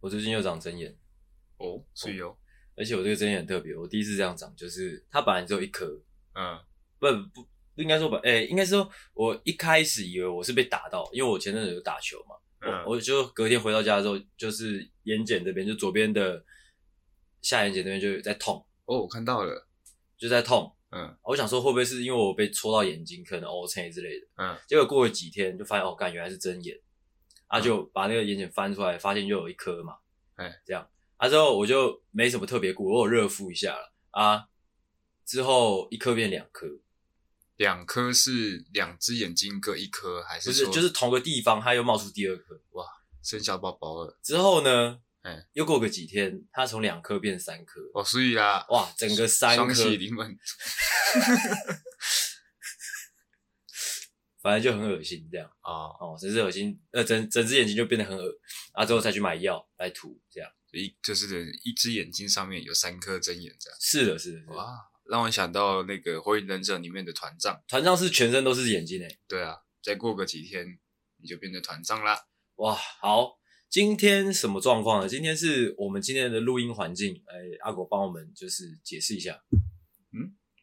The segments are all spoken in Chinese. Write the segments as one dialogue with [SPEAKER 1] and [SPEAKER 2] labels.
[SPEAKER 1] 我最近又长针眼，
[SPEAKER 2] 哦，所以哦，
[SPEAKER 1] 而且我这个针眼很特别，我第一次这样长，就是它本来只有一颗，
[SPEAKER 2] 嗯
[SPEAKER 1] 不不不应该说本，哎、应该说我一开始以为我是被打到，因为我前阵子有打球嘛，
[SPEAKER 2] 嗯，
[SPEAKER 1] 我我就隔天回到家之后，就是眼睑这边，就左边的下眼睑那边就有在痛，
[SPEAKER 2] 哦，我看到了，
[SPEAKER 1] 就在痛。
[SPEAKER 2] 嗯
[SPEAKER 1] 我想说会不会是因为我被戳到眼睛，可能 O C 之类的。
[SPEAKER 2] 嗯，
[SPEAKER 1] 结果过了几天就发现，哦，干原来是针眼，啊，就把那个眼睑翻出来，发现就有一颗嘛，
[SPEAKER 2] 哎，
[SPEAKER 1] 这样，啊之后我就没什么特别顾，我有热敷一下了啊，之后一颗变两颗，
[SPEAKER 2] 两颗是两只眼睛各一颗，还
[SPEAKER 1] 不
[SPEAKER 2] 是
[SPEAKER 1] 是
[SPEAKER 2] 说
[SPEAKER 1] 就是同个地方它又冒出第二颗，
[SPEAKER 2] 生小宝宝了？
[SPEAKER 1] 之后呢，
[SPEAKER 2] 哎，
[SPEAKER 1] 又过个几天，它从两颗变三颗，
[SPEAKER 2] 哦，所以啦，
[SPEAKER 1] 哇，整个三
[SPEAKER 2] 双
[SPEAKER 1] 颗，
[SPEAKER 2] 喜临门，
[SPEAKER 1] 反正就很恶心这样。
[SPEAKER 2] 哦，
[SPEAKER 1] 哦，整只恶心，呃，整整只眼睛就变得很恶，啊，之后再去买药来涂，这样。
[SPEAKER 2] 一就是一只眼睛上面有三颗针眼这样，
[SPEAKER 1] 是的，是的，是的。
[SPEAKER 2] 哇，让我想到那个《火影忍者》里面的团藏，
[SPEAKER 1] 团长是全身都是眼睛欸诶。
[SPEAKER 2] 对啊，再过个几天你就变成团藏啦，
[SPEAKER 1] 哇，好，今天什么状况呢？今天是我们今天的录音环境，哎，阿狗帮我们就是解释一下。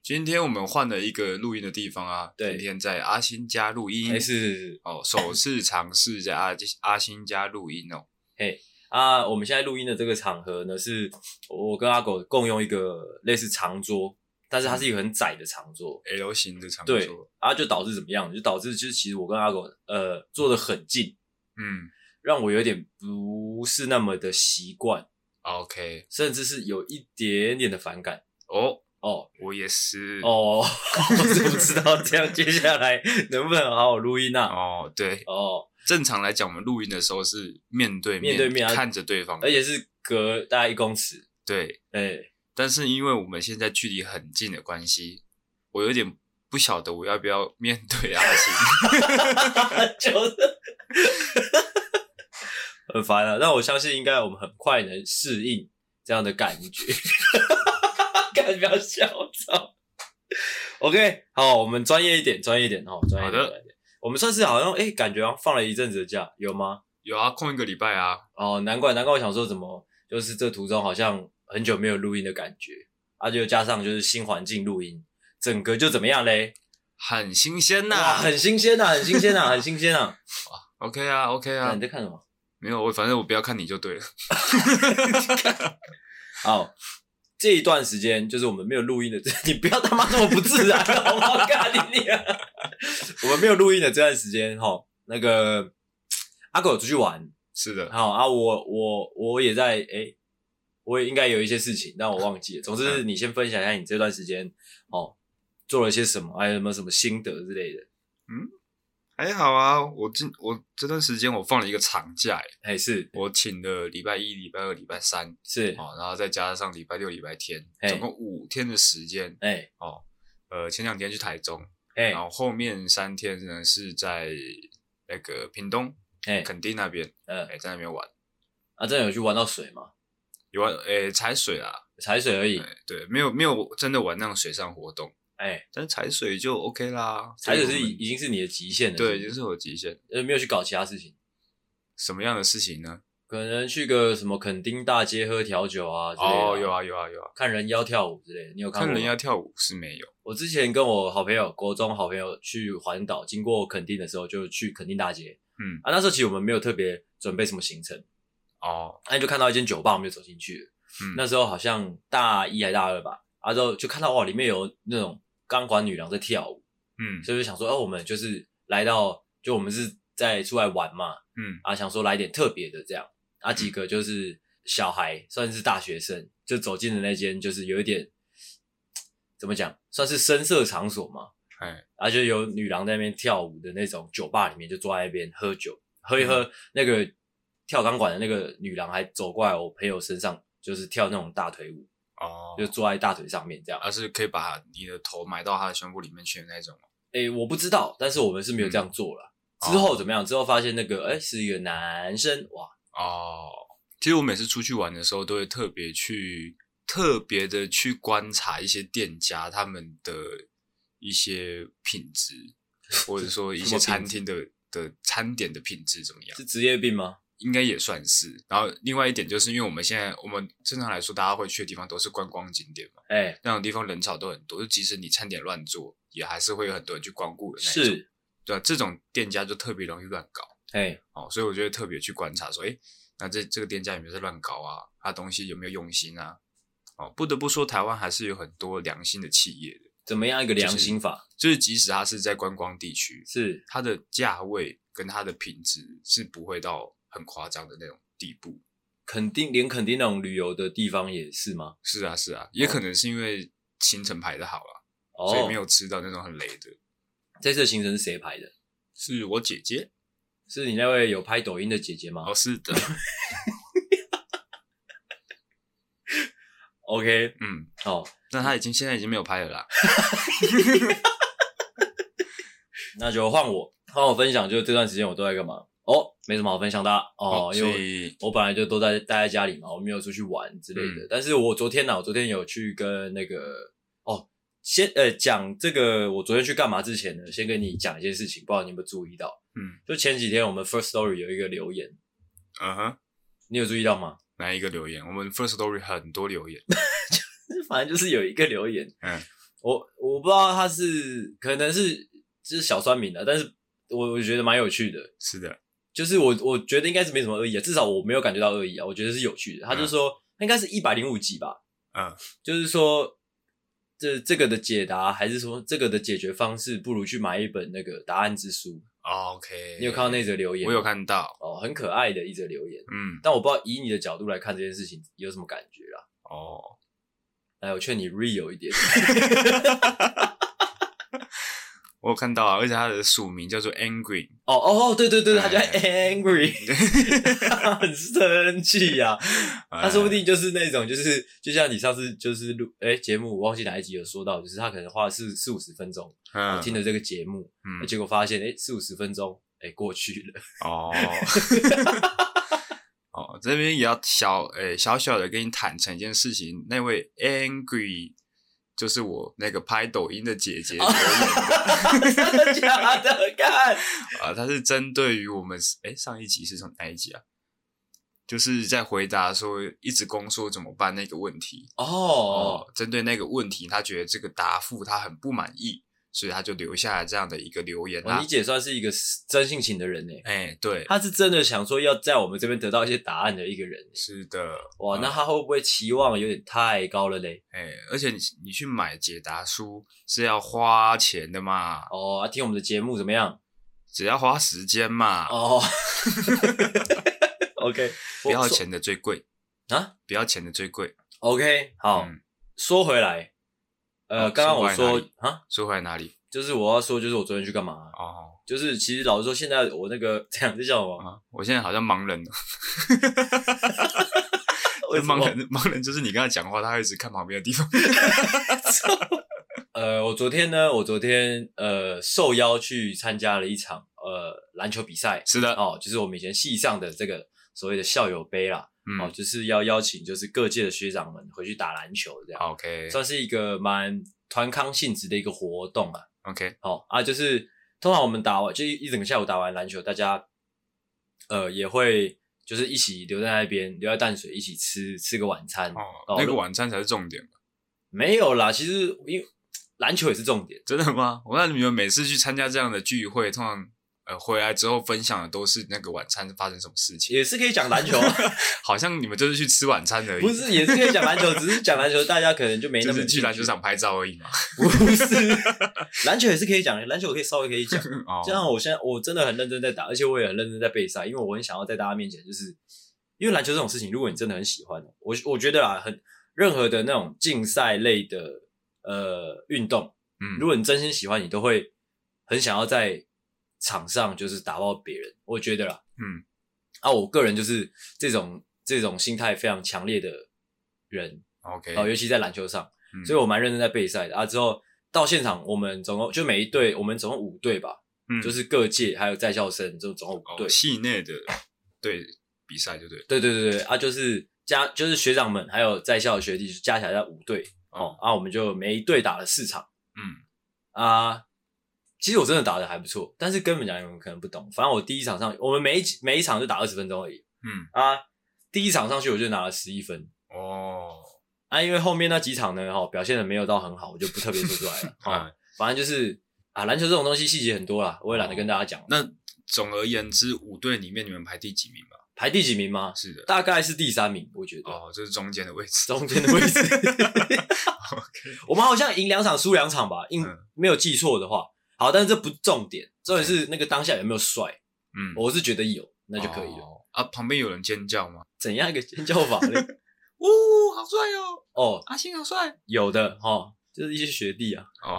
[SPEAKER 2] 今天我们换了一个录音的地方啊，
[SPEAKER 1] 对
[SPEAKER 2] 今天在阿星家录音，
[SPEAKER 1] 哎，是是是，
[SPEAKER 2] 哦，首次尝试在阿阿星家录音哦，
[SPEAKER 1] 啊，我们现在录音的这个场合呢，是我跟阿狗共用一个类似长桌，但是它是一个很窄的长桌，
[SPEAKER 2] L 型的长
[SPEAKER 1] 对
[SPEAKER 2] 桌，
[SPEAKER 1] 啊，就导致怎么样？就导致就是其实我跟阿狗呃坐的很近，
[SPEAKER 2] 嗯
[SPEAKER 1] 让我有点不是那么的习惯，
[SPEAKER 2] 啊，OK，
[SPEAKER 1] 甚至是有一点点的反感
[SPEAKER 2] 哦，
[SPEAKER 1] 哦
[SPEAKER 2] 我也是，
[SPEAKER 1] 哦， 我是不知道这样接下来能不能好好录音 啊？
[SPEAKER 2] 哦，对，
[SPEAKER 1] 哦，
[SPEAKER 2] 正常来讲，我们录音的时候是面对
[SPEAKER 1] 面对面啊
[SPEAKER 2] 看着对方，
[SPEAKER 1] 而且是隔大概一公尺，
[SPEAKER 2] 对，
[SPEAKER 1] 哎、
[SPEAKER 2] 但是因为我们现在距离很近的关系，我有点不晓得我要不要 面对阿星。
[SPEAKER 1] 就是 很烦啊。但我相信应该我们很快能适应这样的感觉。 干不要笑，我操！OK，好，我们专业一点，专业一点哦，专业一点。
[SPEAKER 2] 好的
[SPEAKER 1] 专业一点我们算是好像哎、感觉好像放了一阵子的假，有吗？
[SPEAKER 2] 有啊，空一个礼拜啊，
[SPEAKER 1] 哦，难怪难怪，我想说怎么就是这途中好像很久没有录音的感觉，啊，就加上就是新环境录音，整个就怎么样嘞？
[SPEAKER 2] 很新鲜呐、
[SPEAKER 1] 哇，很新鲜呐、啊很新鲜呐、很新鲜呐、
[SPEAKER 2] OK 啊，OK
[SPEAKER 1] 啊！
[SPEAKER 2] 啊
[SPEAKER 1] 你，在看什么？
[SPEAKER 2] 没有，我反正我不要看你就对了。
[SPEAKER 1] 好，这一段时间就是我们没有录音的，你不要他妈这 么不自然，好不好？干你娘！我们没有录音的这段时间，哈，那个阿狗有出去玩，
[SPEAKER 2] 是的，
[SPEAKER 1] 好啊，我我我也在，诶、我也应该有一些事情，但我忘记了。总之，你先分享一下你这段时间哦做了些什么，还有没有什么心得之类的？
[SPEAKER 2] 还好啊。我今我这段时间我放了一个长假欸，
[SPEAKER 1] 哎、是
[SPEAKER 2] 我请了礼拜一、礼拜二、礼拜三，
[SPEAKER 1] 是，
[SPEAKER 2] 哦，然后再加上礼拜六、礼拜天，
[SPEAKER 1] 嘿
[SPEAKER 2] 总共五天的时间。
[SPEAKER 1] 哎
[SPEAKER 2] 哦，呃，前两天去台中，
[SPEAKER 1] 哎
[SPEAKER 2] 然后后面三天呢是在那个屏东
[SPEAKER 1] 哎，
[SPEAKER 2] 垦丁那边，
[SPEAKER 1] 嗯
[SPEAKER 2] 哎、，在那边玩，
[SPEAKER 1] 啊，真的有去玩到水吗？
[SPEAKER 2] 有玩哎、踩水啊，
[SPEAKER 1] 踩水而已
[SPEAKER 2] 哎、，对，没有没有真的玩那种水上活动，
[SPEAKER 1] 哎、
[SPEAKER 2] 但是踩水就 OK 啦，
[SPEAKER 1] 踩水
[SPEAKER 2] 这
[SPEAKER 1] 是嗯
[SPEAKER 2] 个我
[SPEAKER 1] 已
[SPEAKER 2] 们
[SPEAKER 1] 已经是你的极限了，是
[SPEAKER 2] 对，已
[SPEAKER 1] 不
[SPEAKER 2] 经
[SPEAKER 1] 是
[SPEAKER 2] 是我极限。
[SPEAKER 1] 呃，没有去搞其他事情，
[SPEAKER 2] 什么样的事情呢？
[SPEAKER 1] 可能去个什么垦丁大街喝调酒啊之类的、
[SPEAKER 2] 哦，有
[SPEAKER 1] 啊，
[SPEAKER 2] 啊有啊有啊，
[SPEAKER 1] 看人妖跳舞之类的，你有看
[SPEAKER 2] 看
[SPEAKER 1] 过吗？
[SPEAKER 2] 人家跳舞是没有，
[SPEAKER 1] 我之前跟我好朋友，国中好朋友去环岛，经过垦丁的时候，就去垦丁大街
[SPEAKER 2] 嗯，
[SPEAKER 1] 啊。那时候其实我们没有特别准备什么行程，啊
[SPEAKER 2] 哦，
[SPEAKER 1] 那、就看到一间酒吧，我们就走进去了。
[SPEAKER 2] 嗯
[SPEAKER 1] 那时候好像大一还大二吧，啊之后就看到哇，里面有那种钢管女郎在跳舞，
[SPEAKER 2] 嗯
[SPEAKER 1] 所以就想说，哦、我们就是来到，就我们是在出来玩嘛，
[SPEAKER 2] 嗯，
[SPEAKER 1] 啊，想说来点特别的这样。啊，几个就是小孩，算是大学生，就走进了那间，就是有一点怎么讲，算是声色场所嘛。
[SPEAKER 2] 哎，
[SPEAKER 1] 啊，就有女郎在那边跳舞的那种酒吧里面，就坐在那边喝酒，喝一喝。那个跳钢管的那个女郎还走过来我朋友身上，就是跳那种大腿舞，
[SPEAKER 2] 哦，
[SPEAKER 1] 就坐在大腿上面这样。
[SPEAKER 2] 而、是可以把你的头埋到他的胸部里面去的那种吗
[SPEAKER 1] 诶、我不知道，但是我们是没有这样做了。之后怎么样？之后发现那个诶、是一个男生，哇，
[SPEAKER 2] 哦，其实我每次出去玩的时候，都会特别去特别的去观察一些店家他们的一些品 质，或者说一
[SPEAKER 1] 什么
[SPEAKER 2] 些
[SPEAKER 1] 品
[SPEAKER 2] 餐
[SPEAKER 1] 质
[SPEAKER 2] 厅的的餐点的品质怎么样
[SPEAKER 1] 是。职业病吗？
[SPEAKER 2] 应该也算是。然后另外一点就是，因为我们现在我们正常来说，大家会去的地方都是观光景点嘛，
[SPEAKER 1] 哎，
[SPEAKER 2] 那种地方人潮都很多，就即使你餐点乱做，也还是会有很多人去光顾的那一种。
[SPEAKER 1] 是，
[SPEAKER 2] 对、啊，这种店家就特别容易乱搞。
[SPEAKER 1] 哎，
[SPEAKER 2] 哦，所以我就会特别去观察说，诶，那这这个店家有没有在乱搞啊？他东西有没有用心啊？哦，不得不说，台湾还是有很多良心的企业的，
[SPEAKER 1] 怎么样一个良心法？
[SPEAKER 2] 就是即使它是在观光地区，
[SPEAKER 1] 是
[SPEAKER 2] 它的价位跟它的品质是不会到很夸张的那种地步。
[SPEAKER 1] 肯定连肯定那种旅游的地方也是吗？
[SPEAKER 2] 是啊，是啊，也可能是因为行程排的好了、所以
[SPEAKER 1] 哦
[SPEAKER 2] 没，有吃到那种很雷的。
[SPEAKER 1] 这次的行程是谁排的？
[SPEAKER 2] 是我姐姐
[SPEAKER 1] 是你那位有拍抖音的姐姐吗
[SPEAKER 2] 哦，是的，
[SPEAKER 1] ？OK，
[SPEAKER 2] 嗯，
[SPEAKER 1] 哦，
[SPEAKER 2] 那她已经现在已经没有拍了啦。
[SPEAKER 1] 那就换我，换我分享，就是这段时间我都在干嘛？哦，没什么好分享的啊哦，因
[SPEAKER 2] 所
[SPEAKER 1] 为
[SPEAKER 2] 以
[SPEAKER 1] 我本来就都在待在家里嘛，我没有出去玩之类
[SPEAKER 2] 嗯
[SPEAKER 1] 的。但是我昨天呢、我昨天有去跟那个哦，先呃讲这个我昨天去干嘛之前呢，先跟你讲一件事情，不知道你有没有注意到？
[SPEAKER 2] 嗯
[SPEAKER 1] 就前几天我们 First Story 有一个留言，
[SPEAKER 2] 嗯哼，
[SPEAKER 1] 你有注意到吗？
[SPEAKER 2] 来一个留言，我们 First Story 很多留言，
[SPEAKER 1] 反正就是有一个留言，
[SPEAKER 2] 嗯，
[SPEAKER 1] 我我不知道他是可能是就是小酸民的，啊但是我我觉得蛮有趣的，
[SPEAKER 2] 是的，
[SPEAKER 1] 就是我我觉得应该是没什么恶意啊，至少我没有感觉到恶意啊，我觉得是有趣的。他就说、应该是一百零五集吧，
[SPEAKER 2] 嗯，
[SPEAKER 1] 就是说这这个的解答还是说这个的解决方式，不如去买一本那个答案之书。
[SPEAKER 2] OK，
[SPEAKER 1] 你有看到那则留言？
[SPEAKER 2] 我有看到，
[SPEAKER 1] 哦，很可爱的一则留言，
[SPEAKER 2] 嗯，
[SPEAKER 1] 但我不知道以你的角度来看这件事情有什么感觉啦。
[SPEAKER 2] 哦，
[SPEAKER 1] 来，我劝你 real 一点。
[SPEAKER 2] 我有看到啊，而且它的署名叫做 Angry，
[SPEAKER 1] 哦哦，对对对，他叫
[SPEAKER 2] 哎
[SPEAKER 1] angry，他很生气呀、
[SPEAKER 2] 呃哎
[SPEAKER 1] 他说不定就是那种，就是就像你上次就是录哎节目，我忘记哪一集有说到，就是他可能花了四四五十分钟、
[SPEAKER 2] 嗯
[SPEAKER 1] 听了这个节目，
[SPEAKER 2] 嗯
[SPEAKER 1] 结果发现哎四五十分钟哎过去了，
[SPEAKER 2] 哦。哦，这边也要小诶、小小的跟你坦诚一件事情，那位 Angry 就是我那个拍抖音的姐
[SPEAKER 1] 哦
[SPEAKER 2] 姐留言的
[SPEAKER 1] 真的假的？看，
[SPEAKER 2] 啊，她是针对于我们诶、上一集是从哪一集啊？就是在回答说一直攻说怎么办那个问题，
[SPEAKER 1] 哦，
[SPEAKER 2] 哦，针对那个问题，他觉得这个答复他很不满意，所以他就留下了这样的一个留言
[SPEAKER 1] 我
[SPEAKER 2] 啦
[SPEAKER 1] 哦你。姐算是一个真性情的人呢，
[SPEAKER 2] 哎、对，
[SPEAKER 1] 她是真的想说要在我们这边得到一些答案的一个人耶，
[SPEAKER 2] 是的，
[SPEAKER 1] 哇，那她会不会期望有点太高了嘞？
[SPEAKER 2] 哎、而且你你去买解答书是要花钱的嘛，
[SPEAKER 1] 哦，啊听我们的节目怎么样？
[SPEAKER 2] 只要花时间嘛，
[SPEAKER 1] 哦，OK，
[SPEAKER 2] 不要
[SPEAKER 1] 我
[SPEAKER 2] 钱的最贵
[SPEAKER 1] 啊，
[SPEAKER 2] 不要钱的最贵。
[SPEAKER 1] OK，好，
[SPEAKER 2] 嗯
[SPEAKER 1] 说回来，呃，
[SPEAKER 2] 好
[SPEAKER 1] 刚刚我
[SPEAKER 2] 说
[SPEAKER 1] 说
[SPEAKER 2] 回来哪里
[SPEAKER 1] 啊，
[SPEAKER 2] 说回来哪里？
[SPEAKER 1] 就是我要说，就是我昨天去干嘛？
[SPEAKER 2] 哦
[SPEAKER 1] 就是其实老实说，现在我那个这样，这 叫什么？
[SPEAKER 2] 啊，我现在好像盲人了。
[SPEAKER 1] 为什么
[SPEAKER 2] 盲人盲人就是你跟他讲话，他会一直看旁边的地方。
[SPEAKER 1] 呃，我昨天呢，我昨天呃受邀去参加了一场呃篮球比赛，
[SPEAKER 2] 是的，
[SPEAKER 1] 哦，就是我们以前系上的这个所谓的校友杯啦，哦，
[SPEAKER 2] 嗯
[SPEAKER 1] 就是要邀请就是各界的学长们回去打篮球，这样
[SPEAKER 2] ，OK
[SPEAKER 1] 算是一个蛮团康性质的一个活动啊。
[SPEAKER 2] OK，
[SPEAKER 1] 好啊，就是通常我们打完就一一整个下午打完篮球，大家呃也会就是一起留在那边，留在淡水一起吃吃个晚餐。
[SPEAKER 2] 哦
[SPEAKER 1] 哦，
[SPEAKER 2] 那个
[SPEAKER 1] 如
[SPEAKER 2] 晚餐才是重点。
[SPEAKER 1] 没有啦，其实因为篮球也是重点，
[SPEAKER 2] 真的吗？我看你们每次去参加这样的聚会，通常呃回来之后分享的都是那个晚餐发生什么事情，
[SPEAKER 1] 也是可以讲 篮球，啊
[SPEAKER 2] 好像你们就是去吃晚餐而已，
[SPEAKER 1] 不是也是可以讲篮球，只是讲篮球大家可能就没
[SPEAKER 2] 就
[SPEAKER 1] 那么
[SPEAKER 2] 是
[SPEAKER 1] 有
[SPEAKER 2] 去
[SPEAKER 1] 兴
[SPEAKER 2] 篮球
[SPEAKER 1] 趣，
[SPEAKER 2] 场拍照而已 嘛。
[SPEAKER 1] 不是篮球也是可以讲，篮球我可以稍微可以 讲。
[SPEAKER 2] 哦
[SPEAKER 1] 就像我现在我真的很认真在打，而且我也很认真在备赛，因为我很想要在大家面前，就是因为篮球这种事情，如果你真的很喜欢，我我觉得啊，很任何的那种竞赛类的呃运动，
[SPEAKER 2] 嗯
[SPEAKER 1] 如果你真心喜欢，你都会很想要在场上就是打爆别人，我觉得啦，
[SPEAKER 2] 嗯，
[SPEAKER 1] 啊，我个人就是这种这种心态非常强烈的人，
[SPEAKER 2] OK，
[SPEAKER 1] 哦，尤其在篮球上，
[SPEAKER 2] 嗯
[SPEAKER 1] 所以我蛮认真在备赛的啊。之后到现场，我们总共就每一队，我们总共五队吧。
[SPEAKER 2] 嗯
[SPEAKER 1] 就是各界还有在校生，这种总共五队
[SPEAKER 2] 哦，。系内的对比赛就对了
[SPEAKER 1] 对对对对啊，就是加就是学长们还有在校的学弟，就加起来在五队哦。啊，我们就每一队打了四场
[SPEAKER 2] 嗯
[SPEAKER 1] 啊。其实我真的打的还不错，但是根本讲你们可能不懂。反正我第一场上，我们每一每一场就打二十分钟而已。
[SPEAKER 2] 嗯，
[SPEAKER 1] 啊。第一场上去我就拿了十一分
[SPEAKER 2] 哦，
[SPEAKER 1] 啊，因为后面那几场呢，哈、哦表现的没有到很好，我就不特别说出来 了。哦，
[SPEAKER 2] 哎，
[SPEAKER 1] 反正就是啊，篮球这种东西细节很多啦，我也懒得跟大家讲。
[SPEAKER 2] 那总而言之，五队里面你们排第几名吧？
[SPEAKER 1] 排第几名吗？
[SPEAKER 2] 是的，
[SPEAKER 1] 大概是第三名，我觉得、
[SPEAKER 2] 哦，就是中间的位置。
[SPEAKER 1] 中间的位 置。我们好像赢两场输两场吧，应、
[SPEAKER 2] 嗯
[SPEAKER 1] 没有记错的话。好，但是这不重点，重点是那个当下有没有帅。
[SPEAKER 2] 嗯，
[SPEAKER 1] 我是觉得有，哦那就可以了。
[SPEAKER 2] 哦啊，旁边有人尖叫吗？
[SPEAKER 1] 怎样一个尖叫法 呢？
[SPEAKER 2] 呜、好帅哦！
[SPEAKER 1] 哦，
[SPEAKER 2] 阿星好帅
[SPEAKER 1] 有的哦，就是一些学弟啊，
[SPEAKER 2] 哦。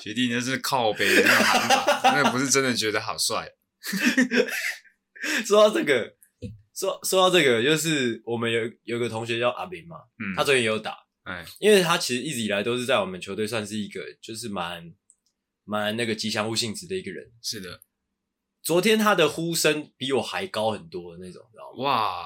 [SPEAKER 2] 学弟，那是靠北的那种喊法，那不是真的觉得好帅。
[SPEAKER 1] 说到这个，说说到这个，就是我们有有个同学叫阿明嘛，
[SPEAKER 2] 嗯，
[SPEAKER 1] 他最近也有打，
[SPEAKER 2] 哎，
[SPEAKER 1] 因为他其实一直以来都是在我们球队算是一个就是蛮蛮那个吉祥物性质的一个人。
[SPEAKER 2] 是的，
[SPEAKER 1] 昨天他的呼声比我还高很多的那种，你知道吗？
[SPEAKER 2] 哇，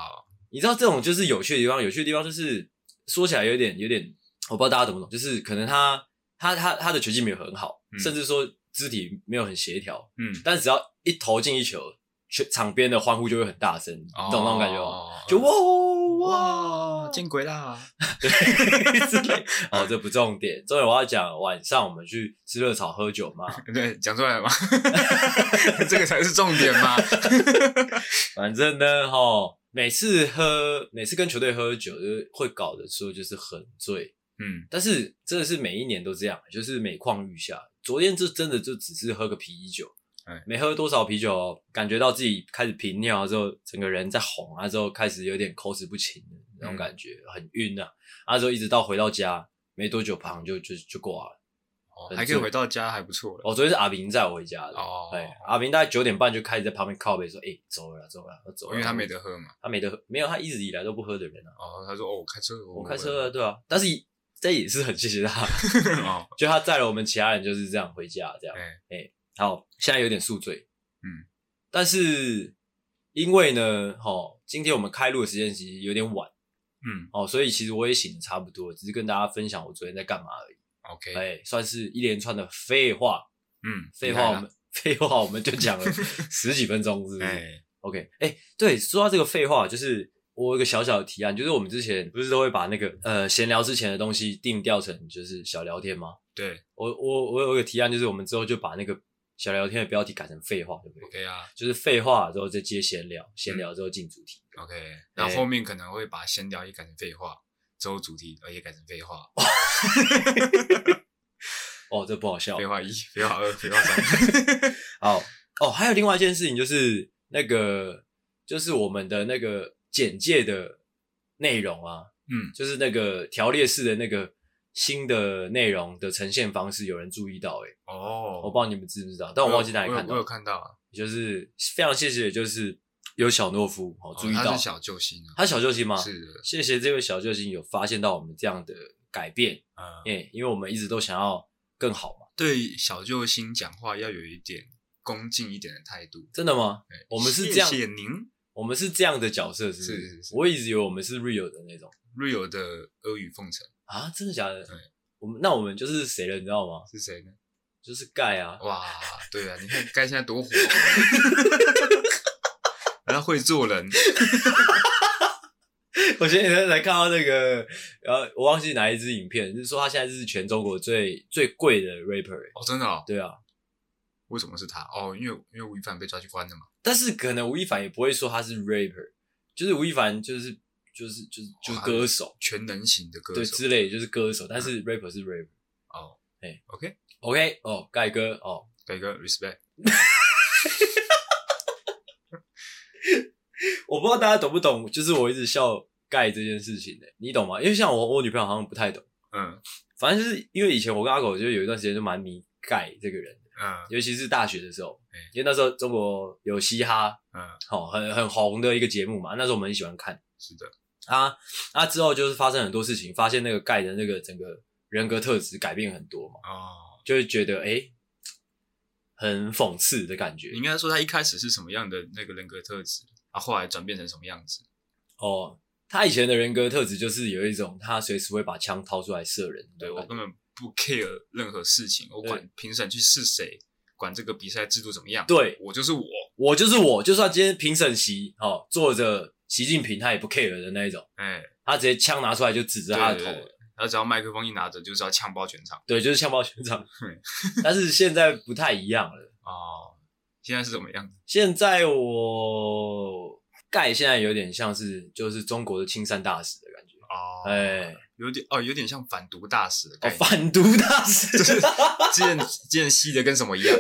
[SPEAKER 1] 你知道这种就是有趣的地方，有趣的地方就是说起来有点有点，我不知道大家懂不懂，就是可能他他他他的球技没有很好，
[SPEAKER 2] 嗯
[SPEAKER 1] 甚至说肢体没有很协调，
[SPEAKER 2] 嗯，
[SPEAKER 1] 但只要一投进一球，全场边的欢呼就会很大声，你
[SPEAKER 2] 哦
[SPEAKER 1] 懂那种感觉吗？就哇哦哇
[SPEAKER 2] 哇，见鬼啦！
[SPEAKER 1] 之类。哦，这不重点，重点我要讲晚上我们去吃热炒喝酒 嘛，
[SPEAKER 2] 对，讲出来了吗？ 这个才是重点嘛。
[SPEAKER 1] 反正呢，哈，每次喝，每次跟球队喝酒，就是会搞的时候就是很醉，
[SPEAKER 2] 嗯，
[SPEAKER 1] 但是真的是每一年都这样，就是每况愈下。昨天就真的就只是喝个啤酒
[SPEAKER 2] 哎，
[SPEAKER 1] 没喝多少啤酒哦，感觉到自己开始频尿之后，整个人在红啊，之后开始有点口齿不清的那
[SPEAKER 2] 嗯
[SPEAKER 1] 种感觉，很晕啊。啊，之后一直到回到家没多久，旁就就就挂了。
[SPEAKER 2] 哦还可以回到家，还不错了。
[SPEAKER 1] 哦，昨天是阿明载我回家的。
[SPEAKER 2] 哦
[SPEAKER 1] 对，阿明大概九点半就开始在旁边靠背说：“哎、走了啦，走了啦，走了啦。”
[SPEAKER 2] 哦因为他没得喝嘛。
[SPEAKER 1] 他没得喝，没有他一直以来都不喝的人啊。
[SPEAKER 2] 哦，他说哦，我开车，
[SPEAKER 1] 我开车了，对啊，但是这也是很谢谢他，
[SPEAKER 2] 哦，
[SPEAKER 1] 就他载了我们其他人就是这样回家，这样。
[SPEAKER 2] 哎，
[SPEAKER 1] 好，现在有点宿醉，
[SPEAKER 2] 嗯，
[SPEAKER 1] 但是因为呢，哦，今天我们开录的时间其实有点晚
[SPEAKER 2] 嗯
[SPEAKER 1] 哦，所以其实我也醒的差不多，只是跟大家分享我昨天在干嘛而已。
[SPEAKER 2] ，OK，
[SPEAKER 1] 哎，算是一连串的废话，
[SPEAKER 2] 嗯，
[SPEAKER 1] 废
[SPEAKER 2] 厉害
[SPEAKER 1] 话
[SPEAKER 2] 啦
[SPEAKER 1] 我们废话我们就讲 了十几分钟，是不是？
[SPEAKER 2] 哎，
[SPEAKER 1] OK，哎、对，说到这个废话，就是我有一个小小的提案，就是我们之前不是都会把那个呃闲聊之前的东西定调成就是小聊天吗？
[SPEAKER 2] 对
[SPEAKER 1] 我我我有一个提案，就是我们之后就把那个小聊天的标题改成废话，对不对？
[SPEAKER 2] ，OK 嗯啊
[SPEAKER 1] 就是废话之后再接闲聊，闲聊之后进主题。
[SPEAKER 2] ，OK。然
[SPEAKER 1] 哎
[SPEAKER 2] 后后面可能会把闲聊也改成废话，之后主题呃也改成废话，
[SPEAKER 1] 哦，这不好笑
[SPEAKER 2] 废。话一，废话二，废话 三。
[SPEAKER 1] 好哦，还有另外一件事情就是那个就是我们的那个简介的内容啊，
[SPEAKER 2] 嗯，
[SPEAKER 1] 就是那个条列式的那个新的内容的呈现方式，有人注意到哎、
[SPEAKER 2] 哦，
[SPEAKER 1] 我不知道你们知不知道，但我忘记哪里
[SPEAKER 2] 我有
[SPEAKER 1] 看
[SPEAKER 2] 我有
[SPEAKER 1] 到
[SPEAKER 2] 我有，看到啊，
[SPEAKER 1] 就是非常谢谢，就是有小懦夫哦
[SPEAKER 2] 哦
[SPEAKER 1] 注意到
[SPEAKER 2] 他是小救星啊，
[SPEAKER 1] 他是小救星吗？
[SPEAKER 2] 是的，
[SPEAKER 1] 谢谢这位小救星有发现到我们这样的改变，
[SPEAKER 2] 嗯，
[SPEAKER 1] 哎、因为我们一直都想要更好嘛，
[SPEAKER 2] 对小救星讲话要有一点恭敬一点的态度。
[SPEAKER 1] 真的吗？
[SPEAKER 2] 对
[SPEAKER 1] 我们是这样
[SPEAKER 2] 谢谢您
[SPEAKER 1] 我们是这样的角色，是不是？
[SPEAKER 2] 是是是
[SPEAKER 1] 我一直以为我们是 real 的那种
[SPEAKER 2] ，Rio 的阿谀奉承
[SPEAKER 1] 啊，真的假的
[SPEAKER 2] 对？
[SPEAKER 1] 我们那我们就是谁了，你知道吗？
[SPEAKER 2] 是谁呢？
[SPEAKER 1] 就是盖啊，
[SPEAKER 2] 哇，对啊，你看该现在多火， 然后会做人，
[SPEAKER 1] 我前几天才看到那个，呃，我忘记哪一支影片，就是说他现在是全中国最最贵的 rapper，欸、
[SPEAKER 2] 哦，真的哦，
[SPEAKER 1] 对啊，
[SPEAKER 2] 为什么是他？哦，因为因为吴亦凡被抓去关了嘛，
[SPEAKER 1] 但是可能吴亦凡也不会说他是 rapper，就是吴亦凡就是就是就是就是
[SPEAKER 2] 哇
[SPEAKER 1] 歌手，
[SPEAKER 2] 全能型的哦歌
[SPEAKER 1] 对
[SPEAKER 2] 手，
[SPEAKER 1] 之类的就是歌手，但是 rapper 是 rapper。
[SPEAKER 2] 哦，
[SPEAKER 1] 哎
[SPEAKER 2] ，OK，
[SPEAKER 1] OK，哦，盖哥，哦，
[SPEAKER 2] 给个 respect，
[SPEAKER 1] 我不知道大家懂不懂，就是我一直笑盖这件事情的、欸你懂吗？因为像我我女朋友好像不太懂，
[SPEAKER 2] 嗯
[SPEAKER 1] 反正就是因为以前我跟阿狗就有一段时间就蛮迷盖这个人的，
[SPEAKER 2] 嗯
[SPEAKER 1] 尤其是大学的时候
[SPEAKER 2] 哎，
[SPEAKER 1] 因为那时候中国有嘻哈，
[SPEAKER 2] 嗯，
[SPEAKER 1] 哦，很很红的一个节目嘛，那时候我们很喜欢看。
[SPEAKER 2] 是的，
[SPEAKER 1] 啊啊！之后就是发生很多事情，发现那个盖的那个整个人格特质改变很多嘛，
[SPEAKER 2] 哦，
[SPEAKER 1] 就会觉得哎、诶很讽刺的感觉
[SPEAKER 2] 你应该说他一开始是什么样的那个人格特质，啊，后来转变成什么样子？
[SPEAKER 1] 哦。他以前的人格特质就是有一种他随时会把枪掏出来射人，
[SPEAKER 2] 对
[SPEAKER 1] 吧
[SPEAKER 2] 我根本不 care 任何事情，我管评审去是谁，管这个比赛制度怎么样，
[SPEAKER 1] 对
[SPEAKER 2] 我就是我，
[SPEAKER 1] 我就是我，就算今天评审席哦坐着习近平，他也不 care 的那一种，
[SPEAKER 2] 哎、
[SPEAKER 1] 他直接枪拿出来就指着他的头
[SPEAKER 2] 对
[SPEAKER 1] 了，
[SPEAKER 2] 对他只要麦克风一拿着，就是要呛爆全场
[SPEAKER 1] 对，就是枪爆全场
[SPEAKER 2] 对。
[SPEAKER 1] 但是现在不太一样了，
[SPEAKER 2] 哦。现在是怎么样？
[SPEAKER 1] 现在我盖现在有点像是就是中国的亲善大使的感觉，
[SPEAKER 2] 哦，
[SPEAKER 1] 哎、
[SPEAKER 2] 有点哦，有点像反毒大使的概
[SPEAKER 1] 哦，
[SPEAKER 2] 念，
[SPEAKER 1] 反毒大使，
[SPEAKER 2] 就是之前之前吸的跟什么一样，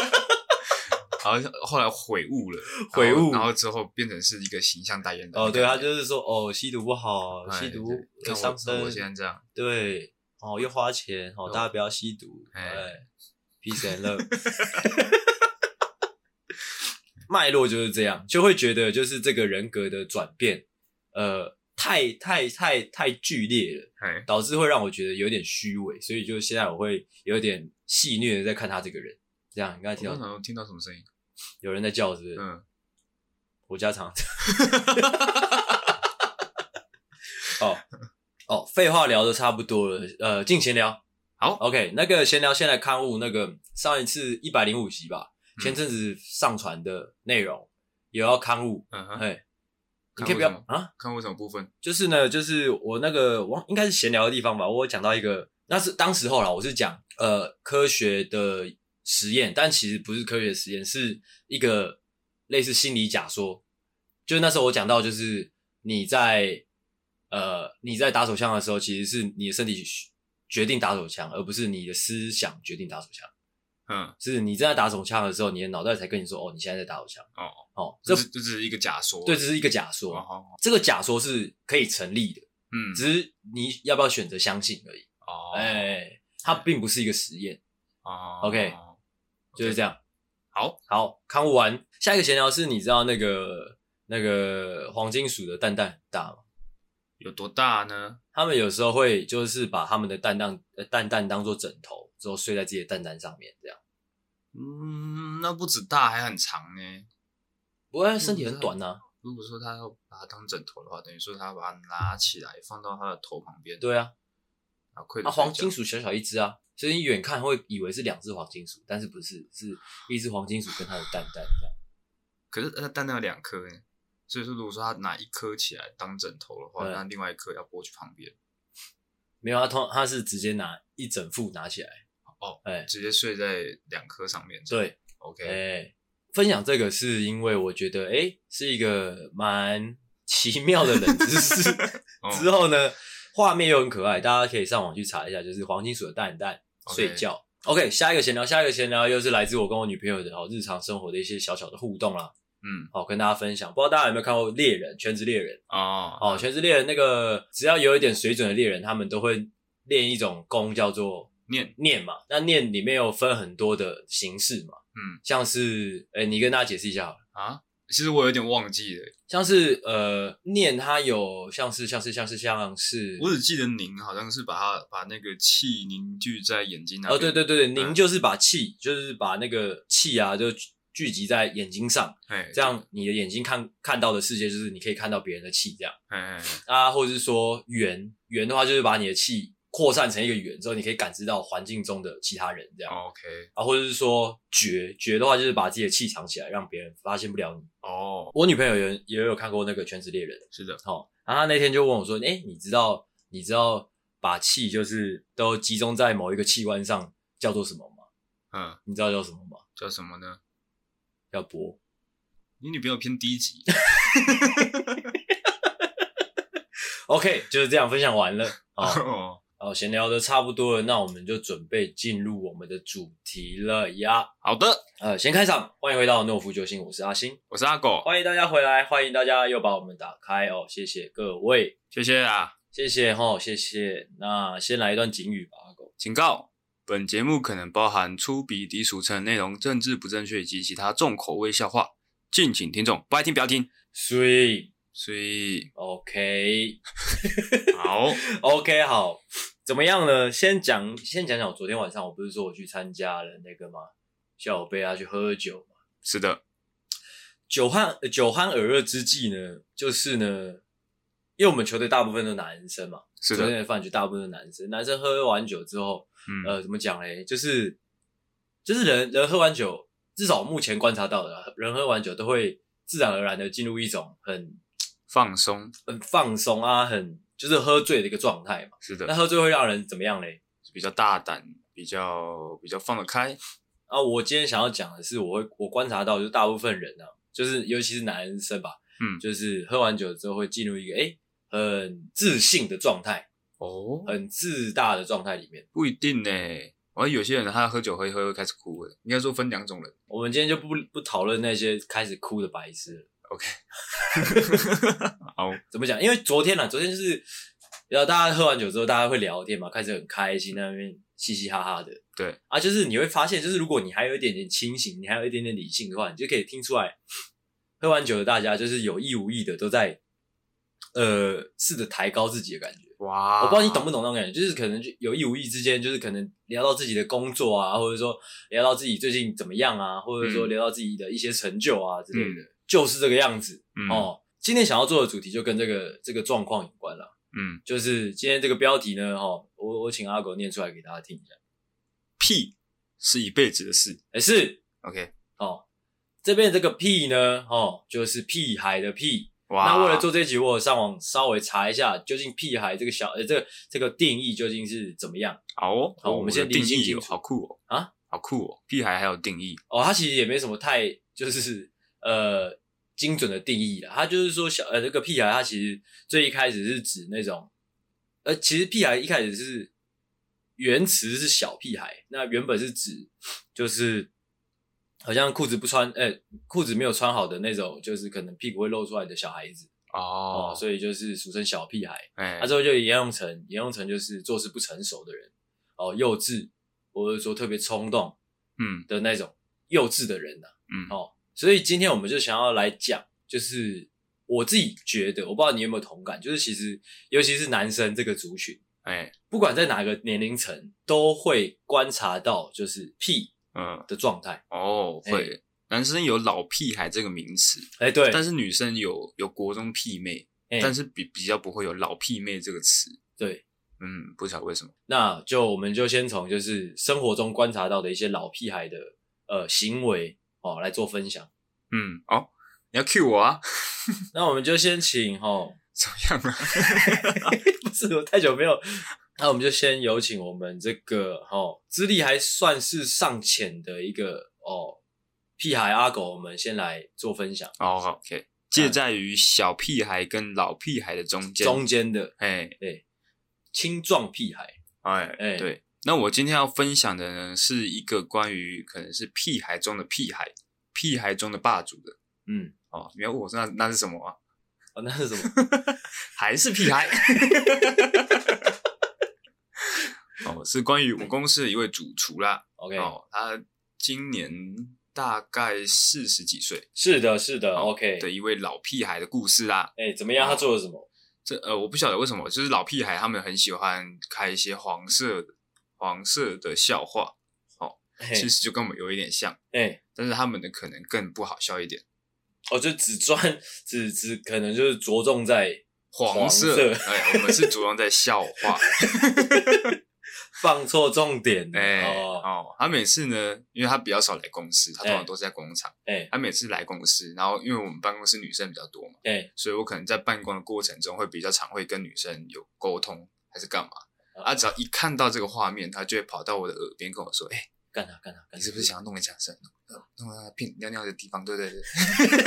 [SPEAKER 2] 好像后来悔悟了，
[SPEAKER 1] 悔悟
[SPEAKER 2] 然后然后之后变成是一个形象代言人的
[SPEAKER 1] 哦，对，他
[SPEAKER 2] 感觉。
[SPEAKER 1] 就是说哦，吸毒不好，
[SPEAKER 2] 哎
[SPEAKER 1] 吸毒
[SPEAKER 2] 对
[SPEAKER 1] 会
[SPEAKER 2] 看
[SPEAKER 1] 伤
[SPEAKER 2] 我我现
[SPEAKER 1] 身，
[SPEAKER 2] 在这样，
[SPEAKER 1] 对，哦，又花钱，哦，
[SPEAKER 2] 哦
[SPEAKER 1] 大家不要吸毒，
[SPEAKER 2] 哎
[SPEAKER 1] 哎，peace and love。脉络就是这样，就会觉得就是这个人格的转变，呃，太太太太剧烈了，
[SPEAKER 2] 哎，
[SPEAKER 1] 导致会让我觉得有点虚伪，所以就现在我会有点戏谑的在看他这个人。这样，你刚才听
[SPEAKER 2] 我刚
[SPEAKER 1] 到
[SPEAKER 2] 才听到什么声音？
[SPEAKER 1] 有人在叫，是不是？
[SPEAKER 2] 嗯，
[SPEAKER 1] 我家常。 哦哦，废话聊的差不多了，呃，进闲聊。
[SPEAKER 2] 好
[SPEAKER 1] ，OK，那个闲聊先来刊物那个上一次一百零五集吧，
[SPEAKER 2] 嗯
[SPEAKER 1] 前阵子上传的内容也要刊物，
[SPEAKER 2] 嗯哼，
[SPEAKER 1] 哎、你
[SPEAKER 2] 刊物
[SPEAKER 1] 可以不要
[SPEAKER 2] 什么
[SPEAKER 1] 啊，
[SPEAKER 2] 看过什么部分？
[SPEAKER 1] 就是呢，就是我那个忘应该是闲聊的地方吧，我有讲到一个，那是当时候啦，我是讲呃科学的实验，但其实不是科学实验，是一个类似心理假说。就那时候我讲到，就是你在呃你在打手枪的时候，其实是你的身体决定打手枪，而不是你的思想决定打手枪。
[SPEAKER 2] 嗯，
[SPEAKER 1] 是你正在打手枪的时候，你的脑袋才跟你说，哦，你现在在打手枪。
[SPEAKER 2] 哦
[SPEAKER 1] 哦，这
[SPEAKER 2] 这只这只是一个假说。
[SPEAKER 1] 对，这是一个假
[SPEAKER 2] 哦，
[SPEAKER 1] 说，
[SPEAKER 2] 好好
[SPEAKER 1] 这个假说是可以成立的。
[SPEAKER 2] 嗯，
[SPEAKER 1] 只是你要不要选择相信而已。
[SPEAKER 2] 哦，
[SPEAKER 1] 哎，它并不是一个实验，
[SPEAKER 2] 哦
[SPEAKER 1] OK 就是这样。
[SPEAKER 2] 好，
[SPEAKER 1] 好，看完下一个闲聊是，你知道那个那个黄金鼠的蛋蛋很大吗？
[SPEAKER 2] 有多大呢？
[SPEAKER 1] 他们有时候会就是把他们的蛋蛋呃蛋蛋当做枕头，之后睡在自己的蛋蛋上面这样。
[SPEAKER 2] 嗯，那不止大，还很长呢。
[SPEAKER 1] 不过它身体很短啊呐、
[SPEAKER 2] 如果说他要把它当枕头的话，等于说他把它拿起来放到他的头旁边，
[SPEAKER 1] 对啊，
[SPEAKER 2] 啊，愧
[SPEAKER 1] 啊
[SPEAKER 2] 对
[SPEAKER 1] 黄金鼠小小一只啊，所以你远看会以为是两只黄金鼠，但是不是，是一只黄金鼠跟它的蛋蛋这样。
[SPEAKER 2] 可是它蛋蛋有两颗呢，所以说如果说他拿一颗起来当枕头的话，
[SPEAKER 1] 对
[SPEAKER 2] 那另外一颗要拨去旁边，
[SPEAKER 1] 没有，它通它是直接拿一整副拿起来。
[SPEAKER 2] 哦，
[SPEAKER 1] 哎，
[SPEAKER 2] 直接睡在两颗上面。
[SPEAKER 1] 对，哎、
[SPEAKER 2] ，OK，
[SPEAKER 1] 分享这个是因为我觉得，哎、是一个蛮奇妙的冷知识。
[SPEAKER 2] 哦
[SPEAKER 1] 之后呢，画面又很可爱，大家可以上网去查一下，就是黄金鼠的蛋蛋
[SPEAKER 2] OK
[SPEAKER 1] 睡觉。OK，下一个闲聊，下一个闲聊又是来自我跟我女朋友的哦，日常生活的一些小小的互动啦，
[SPEAKER 2] 嗯，
[SPEAKER 1] 好跟大家分享。不知道大家有没有看过《猎人》《全职猎人》
[SPEAKER 2] 哦，
[SPEAKER 1] 哦，《全职猎人》那个只要有一点水准的猎人，他们都会练一种功叫做
[SPEAKER 2] 念，
[SPEAKER 1] 念嘛。那念里面有分很多的形式嘛，
[SPEAKER 2] 嗯
[SPEAKER 1] 像是，哎、你跟大家解释一下好了。
[SPEAKER 2] 啊，其实我有点忘记了，
[SPEAKER 1] 像是呃念它有像是像是像是像是，
[SPEAKER 2] 我只记得您好像是把它把那个气凝聚在眼睛那
[SPEAKER 1] 哦对
[SPEAKER 2] 边，
[SPEAKER 1] 对对对，凝
[SPEAKER 2] 嗯
[SPEAKER 1] 就是把气，就是把那个气啊，就聚聚集在眼睛上，
[SPEAKER 2] 哎，
[SPEAKER 1] 这样你的眼睛看看到的世界就是你可以看到别人的气这样
[SPEAKER 2] 哎，哎，哎
[SPEAKER 1] 啊，或者是说圆圆的话，就是把你的气扩散成一个圆之后，你可以感知到环境中的其他人这样。
[SPEAKER 2] 哦，OK，
[SPEAKER 1] 啊，或者是说绝绝的话，就是把自己的气藏起来，让别人发现不了你。
[SPEAKER 2] 哦，
[SPEAKER 1] 我女朋友也也有看过那个《全职猎人》，
[SPEAKER 2] 是的，
[SPEAKER 1] 哦，然后他那天就问我说：“哎、你知道你知道把气就是都集中在某一个器官上叫做什么吗？
[SPEAKER 2] 嗯，
[SPEAKER 1] 你知道叫什么吗？
[SPEAKER 2] 叫什么呢？
[SPEAKER 1] 叫波。
[SPEAKER 2] 你女朋友偏 低级，
[SPEAKER 1] OK，就是这样分享完了。 哦
[SPEAKER 2] 哦，
[SPEAKER 1] 哦，闲聊的差不多了，那我们就准备进入我们的主题了呀。
[SPEAKER 2] 好的，
[SPEAKER 1] 呃，先开场，欢迎回到懦夫救星，我是阿星，
[SPEAKER 2] 我是阿狗，
[SPEAKER 1] 欢迎大家回来，欢迎大家又把我们打开哦，谢谢各位，
[SPEAKER 2] 谢谢啊。
[SPEAKER 1] 谢谢哈，谢谢。那先来一段警语吧，阿狗。
[SPEAKER 2] 警告：本节目可能包含粗鄙、低俗、成人内容、政治不正确以及其他重口味笑话，敬请听众不爱听不要听。
[SPEAKER 1] Three
[SPEAKER 2] 所以
[SPEAKER 1] OK，
[SPEAKER 2] 好，
[SPEAKER 1] OK，好，怎么样呢？先讲，先讲讲我昨天晚上，我不是说我去参加了那个吗？叫我贝拉去喝酒嘛。
[SPEAKER 2] 是的，
[SPEAKER 1] 酒酣呃酒酣耳热之际呢，就是呢，因为我们球队大部分都男生嘛，
[SPEAKER 2] 是
[SPEAKER 1] 昨
[SPEAKER 2] 的，
[SPEAKER 1] 天的饭局大部分都男生，男生喝完酒之后，呃
[SPEAKER 2] 嗯，
[SPEAKER 1] 呃，怎么讲嘞？就是就是人人喝完酒，至少目前观察到的啊，人喝完酒都会自然而然的进入一种很
[SPEAKER 2] 放松，
[SPEAKER 1] 很放松啊，很就是喝醉的一个状态嘛。
[SPEAKER 2] 是
[SPEAKER 1] 那
[SPEAKER 2] 的，
[SPEAKER 1] 喝醉会让人怎么样嘞？
[SPEAKER 2] 比较大胆，比较比较放得开，
[SPEAKER 1] 啊，我今天想要讲的是，我会我观察到，就是大部分人啊，就是尤其是男生吧，
[SPEAKER 2] 嗯
[SPEAKER 1] 就是喝完酒之后会进入一个诶很自信的状态，
[SPEAKER 2] 哦，
[SPEAKER 1] 很自大的状态里面。
[SPEAKER 2] 不一定呢。而有些人他喝酒喝一喝会开始哭了，应该说分两种人。
[SPEAKER 1] 我们今天就不不讨论那些开始哭的白痴了。
[SPEAKER 2] 好，
[SPEAKER 1] 怎么讲？因为昨天啊，昨天就是，然后大家喝完酒之后，大家会聊天嘛，开始很开心，在那边嘻嘻哈哈的。
[SPEAKER 2] 对
[SPEAKER 1] 啊，就是你会发现，就是如果你还有一点点清醒，你还有一点点理性的话，你就可以听出来，喝完酒的大家就是有意无意的都在，呃，试着抬高自己的感觉。
[SPEAKER 2] 哇，
[SPEAKER 1] 我不知道你懂不懂那种感觉，就是可能就有意无意之间，就是可能聊到自己的工作啊，或者说聊到自己最近怎么样啊，或者说
[SPEAKER 2] 嗯
[SPEAKER 1] 聊到自己的一些成就啊之类的，就是这个样子。
[SPEAKER 2] 嗯，
[SPEAKER 1] 哦，今天想要做的主题就跟这个这个状况有关了。
[SPEAKER 2] 嗯，
[SPEAKER 1] 就是今天这个标题呢，哈、哦，我我请阿狗念出来给大家听一下。
[SPEAKER 2] 屁是一辈子的事。
[SPEAKER 1] 哎，是
[SPEAKER 2] OK，
[SPEAKER 1] 哦，这边这个屁呢，哦，就是屁孩的屁。
[SPEAKER 2] 哇，
[SPEAKER 1] 那为了做这一集，我有上网稍微查一下，究竟屁孩这个小呃这个这个定义究竟是怎么样？
[SPEAKER 2] 好哦，
[SPEAKER 1] 好
[SPEAKER 2] 哦
[SPEAKER 1] 我们先
[SPEAKER 2] 的定
[SPEAKER 1] 理清
[SPEAKER 2] 义
[SPEAKER 1] 清
[SPEAKER 2] 哦，
[SPEAKER 1] 楚
[SPEAKER 2] 好酷哦，
[SPEAKER 1] 啊，
[SPEAKER 2] 好酷哦，屁孩还有定义，
[SPEAKER 1] 哦，它其实也没什么太就是呃精准的定义啦。它就是说小呃这个屁孩，它其实最一开始是指那种，呃其实屁孩一开始是原词是小屁孩，那原本是指就是好像裤子不穿，呃、裤子没有穿好的那种，就是可能屁股会露出来的小孩子哦
[SPEAKER 2] 哦，
[SPEAKER 1] 所以啊就是俗称小屁孩。
[SPEAKER 2] 哎、
[SPEAKER 1] 那、之后就沿用成沿用成就是做事不成熟的人哦，幼稚或者说特别冲动
[SPEAKER 2] 嗯
[SPEAKER 1] 的那种幼稚的人呐、
[SPEAKER 2] 嗯，
[SPEAKER 1] 哦，所以今天我们就想要来讲，就是我自己觉得，我不知道你有没有同感，就是其实尤其是男生这个族群，
[SPEAKER 2] 哎，
[SPEAKER 1] 不管在哪个年龄层，都会观察到就是屁
[SPEAKER 2] 嗯，
[SPEAKER 1] 的状态。
[SPEAKER 2] 哦，
[SPEAKER 1] 哎
[SPEAKER 2] 会，男生有老屁孩这个名词，
[SPEAKER 1] 哎、对，
[SPEAKER 2] 但是女生有有国中屁妹，
[SPEAKER 1] 哎
[SPEAKER 2] 但是比比较不会有老屁妹这个词，
[SPEAKER 1] 对，
[SPEAKER 2] 嗯，不晓得为什么，
[SPEAKER 1] 那就我们就先从就是生活中观察到的一些老屁孩的呃行为哦来做分享。
[SPEAKER 2] 嗯，哦，你要 cue 我啊，
[SPEAKER 1] 那我们就先请哦，
[SPEAKER 2] 怎么样啊？
[SPEAKER 1] 不是我太久没有，那我们就先有请我们这个哦资历还算是尚浅的一个哦屁孩阿狗，我们先来做分享。
[SPEAKER 2] 哦好，OK，介在于小屁孩跟老屁孩的中间，
[SPEAKER 1] 中间的
[SPEAKER 2] 哎
[SPEAKER 1] 青壮屁孩，
[SPEAKER 2] 哎
[SPEAKER 1] 哎
[SPEAKER 2] 对。那我今天要分享的呢，是一个关于可能是屁孩中的屁孩，屁孩中的霸主的
[SPEAKER 1] 嗯，
[SPEAKER 2] 哦。你要问我说那那是什么啊？
[SPEAKER 1] 哦那是什么？
[SPEAKER 2] 还是屁孩？ 哦，是关于我公司的一位主厨啦。
[SPEAKER 1] OK，、
[SPEAKER 2] 哦，他今年大概四十几岁
[SPEAKER 1] 是的，是的、
[SPEAKER 2] 哦
[SPEAKER 1] o k
[SPEAKER 2] 的一位老屁孩的故事啦。
[SPEAKER 1] 哎、怎么样？他做了什么？
[SPEAKER 2] 这呃，我不晓得为什么，就是老屁孩他们很喜欢开一些黄色黄色的笑话，
[SPEAKER 1] 嘿
[SPEAKER 2] 其实就跟我们有一点像，
[SPEAKER 1] 哎、
[SPEAKER 2] 但是他们的可能更不好笑一点。
[SPEAKER 1] 哦，就只专 只只可能就是着重在
[SPEAKER 2] 黄色，
[SPEAKER 1] 黄
[SPEAKER 2] 哎，我们是着重在笑话，
[SPEAKER 1] 放错重点了，
[SPEAKER 2] 哎
[SPEAKER 1] 哦，
[SPEAKER 2] 哦，他每次呢，因为他比较少来公司，他通
[SPEAKER 1] 哎
[SPEAKER 2] 常都是在工厂，
[SPEAKER 1] 哎、
[SPEAKER 2] 他每次来公司，然后因为我们办公室女生比较多嘛，
[SPEAKER 1] 哎、
[SPEAKER 2] 所以我可能在办公的过程中会比较常会跟女生有沟通还是干嘛，啊，只要一看到这个画面，他就会跑到我的耳边跟我说，哎，
[SPEAKER 1] 干啊他干他干他
[SPEAKER 2] 你是不是想要弄个假声，弄弄到那屁尿尿的地方？对对对，对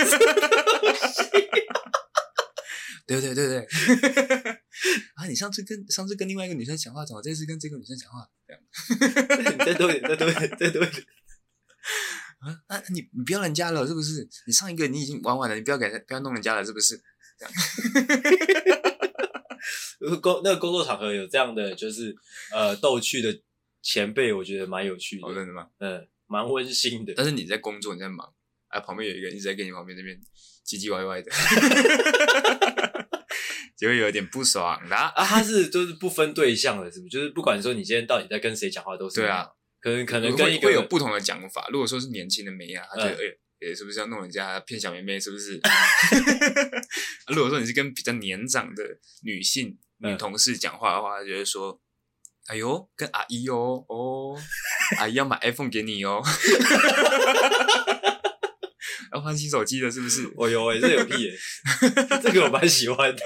[SPEAKER 2] 对对对。 啊，你上次跟上次跟另外一个女生讲话，怎么这次跟这个女生讲话？这样
[SPEAKER 1] 你 再多一点，再多一点，再多一点。
[SPEAKER 2] 啊，啊你你不要人家了是不是？你上一个你已经玩完了，你不要给人不要弄人家了是不是？
[SPEAKER 1] 如果工那个工作场合有这样的，就是呃逗趣的前辈，我觉得蛮有趣的
[SPEAKER 2] 哦，，真的呃吗？
[SPEAKER 1] 嗯，蛮温馨的。
[SPEAKER 2] 但是你在工作，你在忙，啊，旁边有一个人一直在跟你旁边那边唧唧歪歪的， 就会有点不爽啦。
[SPEAKER 1] 啊，他是就是不分对象的，是不是？就是不管说你今天到底在跟谁讲话，都是
[SPEAKER 2] 对
[SPEAKER 1] 一
[SPEAKER 2] 啊
[SPEAKER 1] 样，可能可能
[SPEAKER 2] 会
[SPEAKER 1] 跟一个
[SPEAKER 2] 会有不同的讲法。如果说是年轻的妹啊，他觉得
[SPEAKER 1] 嗯
[SPEAKER 2] 哎、欸是不是要弄人家骗小妹妹？是 不是？啊如果说你是跟比较年长的女性
[SPEAKER 1] 嗯
[SPEAKER 2] 女同事讲话的话，她就会说：“哎呦，跟阿姨哦哦，阿姨要买 iPhone 给你哦， 要换新手机了是不是？
[SPEAKER 1] 我有哎、这有屁 耶、这个我蛮喜欢的，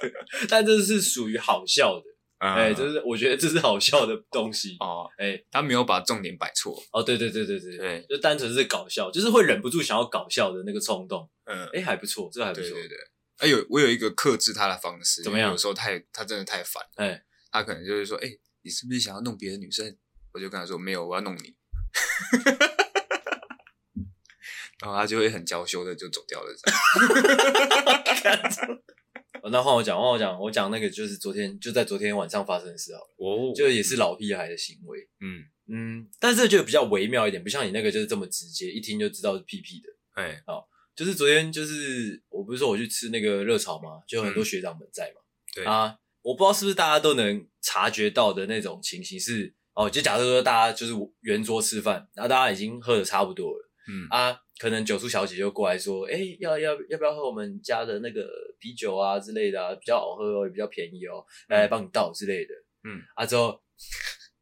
[SPEAKER 1] 但这是属于好笑的，
[SPEAKER 2] 哎
[SPEAKER 1] 哎、这是我觉得这是好笑的东西，
[SPEAKER 2] 哦，
[SPEAKER 1] 哎、
[SPEAKER 2] 他没有把重点摆错，
[SPEAKER 1] 哦，对对对对对，
[SPEAKER 2] 对，
[SPEAKER 1] 就单纯是搞笑，就是会忍不住想要搞笑的那个冲动，
[SPEAKER 2] 嗯，
[SPEAKER 1] 哎、还不错，这还不
[SPEAKER 2] 对
[SPEAKER 1] 错，
[SPEAKER 2] 对对。哎，有我有一个克制他的方式，
[SPEAKER 1] 怎么样
[SPEAKER 2] 因为有时候太他真的太烦，
[SPEAKER 1] 哎，
[SPEAKER 2] 他可能就是说，哎，你是不是想要弄别的女生？我就跟他说没有，我要弄你。 然后他就会很娇羞的就走掉了，这样
[SPEAKER 1] 哦那换我讲，换我讲，我讲那个就是昨天就在昨天晚上发生的事好了，
[SPEAKER 2] 哦
[SPEAKER 1] 就也是老屁孩的行为，
[SPEAKER 2] 嗯，
[SPEAKER 1] 嗯，但是就比较微妙一点，不像你那个就是这么直接，一听就知道是屁屁的。
[SPEAKER 2] 哎，
[SPEAKER 1] 就是昨天就是我不是说我去吃那个热炒吗？就有很多学长们在嘛。
[SPEAKER 2] 对
[SPEAKER 1] 啊，我不知道是不是大家都能察觉到的那种情形是哦，就假设说大家就是圆桌吃饭，然后大家已经喝的差不多了
[SPEAKER 2] 嗯，
[SPEAKER 1] 啊，可能九叔小姐就过来说，哎、要要要不要喝我们家的那个啤酒啊之类的啊，比较好喝哦，也比较便宜哦，来来帮你倒之类的。
[SPEAKER 2] 嗯，
[SPEAKER 1] 啊之后。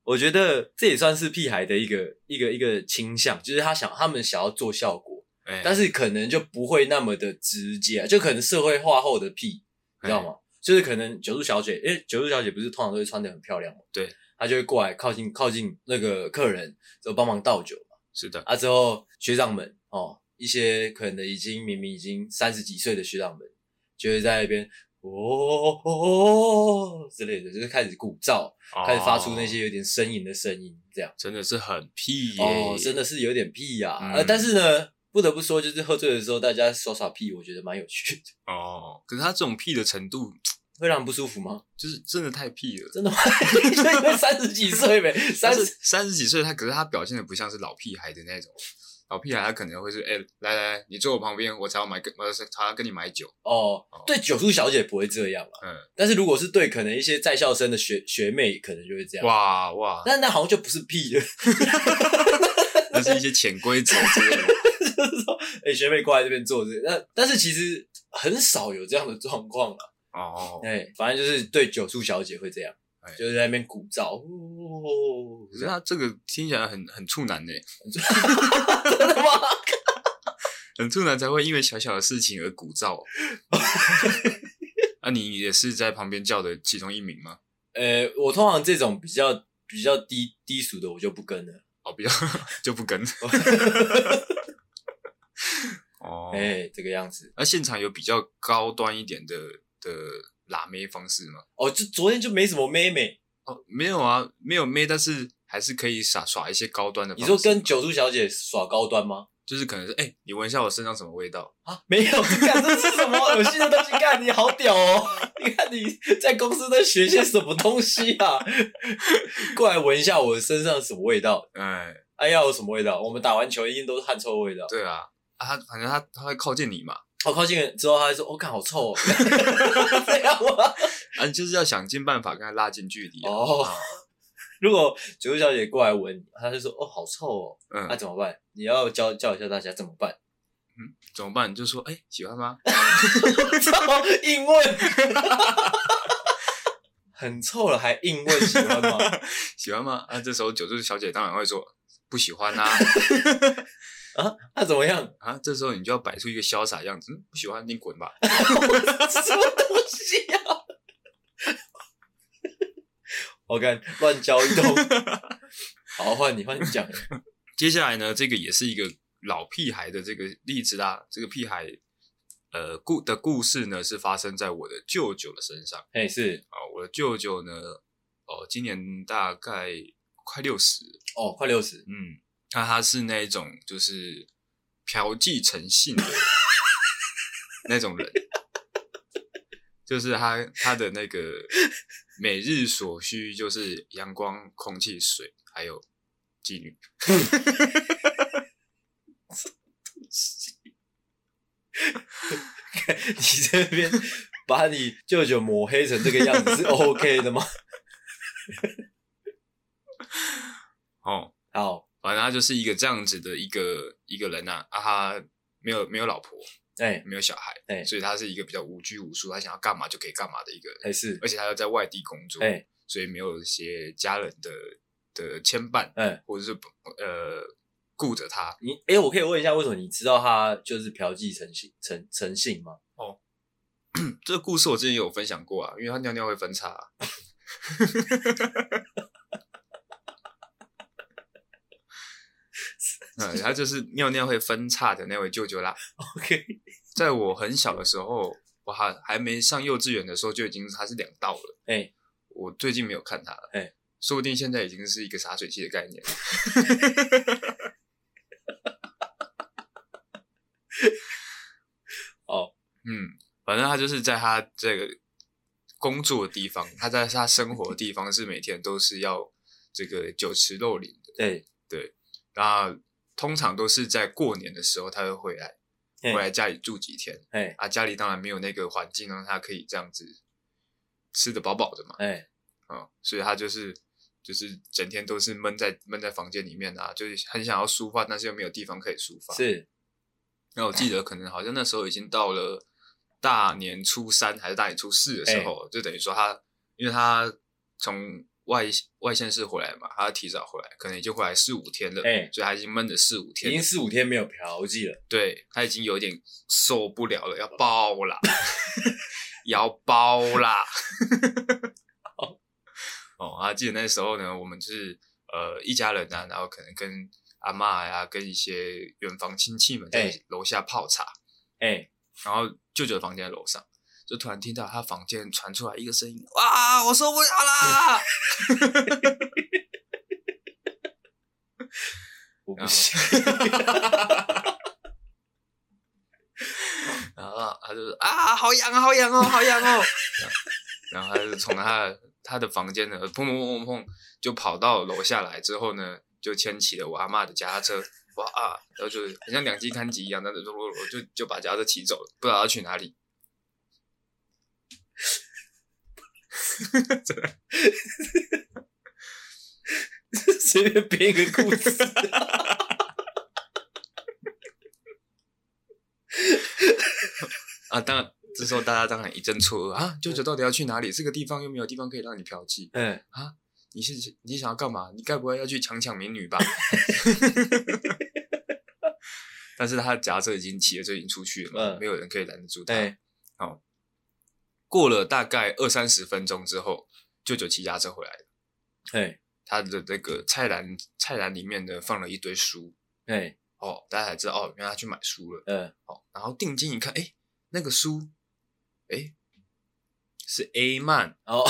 [SPEAKER 1] 我觉得这也算是屁孩的一个一个一个倾向，就是他想他们想要做效果，
[SPEAKER 2] 哎
[SPEAKER 1] 但是可能就不会那么的直接，啊就可能社会化后的屁，你
[SPEAKER 2] 哎
[SPEAKER 1] 知道吗？就是可能九叔小姐，因为九叔小姐不是通常都会穿的很漂亮嘛，
[SPEAKER 2] 对，
[SPEAKER 1] 她就会过来靠近靠近那个客人，就帮忙倒酒嘛。
[SPEAKER 2] 是的，
[SPEAKER 1] 啊，之后学长们哦，一些可能已经明明已经三十几岁的学长们，就会在那边哦哦哦之类的，就是开始鼓噪，开始发出那
[SPEAKER 2] 哦
[SPEAKER 1] 些有点呻吟的声音，这样。
[SPEAKER 2] 真的是很屁耶、
[SPEAKER 1] 哦，真的是有点屁呀、
[SPEAKER 2] 哦嗯
[SPEAKER 1] 呃，但是呢，不得不说，就是喝醉的时候，大家耍耍屁，我觉得蛮有趣的。
[SPEAKER 2] 哦。可是他这种屁的程度，
[SPEAKER 1] 会让人不舒服吗？
[SPEAKER 2] 就是真的太屁了。
[SPEAKER 1] 真的吗？ 就因为三十几岁呗， 三
[SPEAKER 2] 但是
[SPEAKER 1] 十
[SPEAKER 2] 三十几岁，他可是他表现的不像是老屁孩的那种。老屁孩他可能会是，哎、来来来，你坐我旁边，我才要买跟，我才要跟你买酒。
[SPEAKER 1] 哦
[SPEAKER 2] 哦，
[SPEAKER 1] 对九叔小姐不会这样啦。
[SPEAKER 2] 嗯，
[SPEAKER 1] 但是如果是对可能一些在校生的学学妹，可能就会这样。
[SPEAKER 2] 哇哇，
[SPEAKER 1] 但那好像就不是屁了，
[SPEAKER 2] 那是一些潜规则之 类的。
[SPEAKER 1] 就是说，哎、学妹过来这边坐这，那但是其实很少有这样的状况啦。啊
[SPEAKER 2] 哦，
[SPEAKER 1] 哎、反正就是对九叔小姐会这样，
[SPEAKER 2] 哎
[SPEAKER 1] 就是在那边鼓噪，哦，
[SPEAKER 2] 可是他这个听起来很很处男呢，
[SPEAKER 1] 真的吗？
[SPEAKER 2] 很处男才会因为小小的事情而鼓噪。 那、你也是在旁边叫的其中一名吗？
[SPEAKER 1] 呃，我通常这种比较比较低低俗的，我就不跟了。
[SPEAKER 2] 哦，比较 就不 跟。哦
[SPEAKER 1] 哎、，这个样子。
[SPEAKER 2] 那现场有比较高端一点的的拉妹方式吗？
[SPEAKER 1] 哦，就昨天就没什么妹妹。
[SPEAKER 2] 哦，没有啊，没有妹，但是还是可以耍耍一些高端的
[SPEAKER 1] 你
[SPEAKER 2] 方式。
[SPEAKER 1] 说跟九叔小姐耍高端吗？
[SPEAKER 2] 就是可能是哎、你闻一下我身上什么味道？
[SPEAKER 1] 啊，没有，干这是什么恶心的东西？干你好屌 哦！你看你在公司在学些什么东西啊？过来闻一下我身上什么味道？
[SPEAKER 2] 哎、
[SPEAKER 1] 哎呀，有什么味道？我们打完球一定都是汗臭味道。
[SPEAKER 2] 对啊，啊，他反正他他会靠近你嘛，
[SPEAKER 1] 好靠近之后，他还说：“我、哦、看好臭哦。” 这样吗？
[SPEAKER 2] 啊，你就是要想尽办法跟他拉近距离、啊。
[SPEAKER 1] 哦
[SPEAKER 2] 啊，
[SPEAKER 1] 如果九叔小姐过来闻，她就说：“哦，好臭哦。”
[SPEAKER 2] 嗯，
[SPEAKER 1] 那、怎么办？你要教教一下大家怎么办？
[SPEAKER 2] 怎么办？你就说哎、喜欢吗？
[SPEAKER 1] 操，硬问， 很臭了还硬问喜欢吗？
[SPEAKER 2] 喜欢吗？啊，这时候九叔小姐当然会说不喜欢 啦、
[SPEAKER 1] 啊，那怎么样？
[SPEAKER 2] 啊。这时候你就要摆出一个潇洒样子，嗯，不喜欢你滚吧。
[SPEAKER 1] 什么东西呀、啊？ 我看乱教一通。 好，换你，换你讲。
[SPEAKER 2] 接下来呢，这个也是一个老屁孩的这个例子啦。这个屁孩，呃，故的故事呢，是发生在我的舅舅的身上
[SPEAKER 1] 哎，是
[SPEAKER 2] 啊、我的舅舅呢，哦，今年大概快六十，
[SPEAKER 1] 哦，快六十，
[SPEAKER 2] 嗯，那他是那一种就是嫖妓成性的那种人，就是他他的那个每日所需就是阳光、空气、水，还有妓女。
[SPEAKER 1] 你这边把你舅舅抹黑成这个样子是 OK 的吗？
[SPEAKER 2] 哦，
[SPEAKER 1] 好，
[SPEAKER 2] 反正他就是一个这样子的一个一个人呐、啊，他没有没有老婆，
[SPEAKER 1] 哎，
[SPEAKER 2] 没有小孩，
[SPEAKER 1] 哎
[SPEAKER 2] 所以他是一个比较无拘无束，他想要干嘛就可以干嘛的一个人，
[SPEAKER 1] 还是
[SPEAKER 2] 而且他又在外地工作，
[SPEAKER 1] 哎
[SPEAKER 2] 所以没有一些家人的的牵绊，
[SPEAKER 1] 哎，
[SPEAKER 2] 或者是呃顾着他。
[SPEAKER 1] 你哎、我可以问一下，为什么你知道他就是嫖妓成性成成性吗？
[SPEAKER 2] 这个故事我之前也有分享过啊，因为他尿尿会分叉、啊。嗯，他就是尿尿会分叉的那位舅舅啦。
[SPEAKER 1] OK，
[SPEAKER 2] 在我很小的时候，我还还没上幼稚园的时候就已经他是两道了。
[SPEAKER 1] 哎、
[SPEAKER 2] 我最近没有看他了，
[SPEAKER 1] 哎
[SPEAKER 2] 说不定现在已经是一个洒水器的概念。
[SPEAKER 1] 哦，
[SPEAKER 2] 嗯，反正他就是在他这个工作的地方，他在他生活的地方是每天都是要这个酒池肉林的。
[SPEAKER 1] 对，
[SPEAKER 2] 那通常都是在过年的时候他会回来，
[SPEAKER 1] 哎
[SPEAKER 2] 回来家里住几天
[SPEAKER 1] 哎
[SPEAKER 2] 啊。家里当然没有那个环境让他可以这样子吃得饱饱的嘛。
[SPEAKER 1] 哎
[SPEAKER 2] 嗯，所以他就是就是整天都是闷在闷在房间里面啊，就是很想要抒发，但是又没有地方可以抒发。
[SPEAKER 1] 是，
[SPEAKER 2] 那我记得可能好像那时候已经到了大年初三还是大年初四的
[SPEAKER 1] 哎
[SPEAKER 2] 时候，就等于说他，因为他从外外县市回来嘛，他提早回来，可能已经回来四五天了，
[SPEAKER 1] 哎
[SPEAKER 2] 所以他已经闷了四五
[SPEAKER 1] 已
[SPEAKER 2] 天
[SPEAKER 1] 经
[SPEAKER 2] 了，
[SPEAKER 1] 四五天没有嫖妓了，
[SPEAKER 2] 对他已经有点受不了了，要爆啦， 要爆啦。哦，啊，记得那时候呢，我们就是呃一家人啊，然后可能跟阿嬷呀、跟一些远房亲戚们在
[SPEAKER 1] 哎
[SPEAKER 2] 楼下泡茶。
[SPEAKER 1] 哎、
[SPEAKER 2] 然后舅舅的房间在楼上，就突然听到他房间传出来一个声音：“哇，我受不了啦
[SPEAKER 1] 我不
[SPEAKER 2] 然后
[SPEAKER 1] 信，！”
[SPEAKER 2] 然后他就说：“啊，好痒啊，好痒哦，好痒哦！”然后他就从他的他的房间呢，砰砰砰砰砰，就跑到楼下来之后呢，就牵起了我阿妈的脚踏车。哇啊！然后就很像两极看集一样，那就就就把脚踏车骑走了，不知道要去哪里。
[SPEAKER 1] 随便编一个故事。
[SPEAKER 2] 啊，当然，这时候大家当然一阵错愕啊，舅舅到底要去哪里？这个地方又没有地方可以让你嫖妓，
[SPEAKER 1] 嗯，
[SPEAKER 2] 你是你想要干嘛？你该不会要去强抢民女吧？ 但是他的夹车已经骑了，就已经出去了嘛，
[SPEAKER 1] 嗯
[SPEAKER 2] 没有人可以拦得住他。
[SPEAKER 1] 哎
[SPEAKER 2] 过了大概二三十分钟之后，舅舅骑夹车回来了，
[SPEAKER 1] 哎
[SPEAKER 2] 他的那个菜篮菜篮里面呢放了一堆书，
[SPEAKER 1] 哎
[SPEAKER 2] 哦，大家才知道哦，原来他去买书了。
[SPEAKER 1] 嗯，
[SPEAKER 2] 哦，然后定睛一看，哎，那个书，哎，是 A 漫。
[SPEAKER 1] 哦，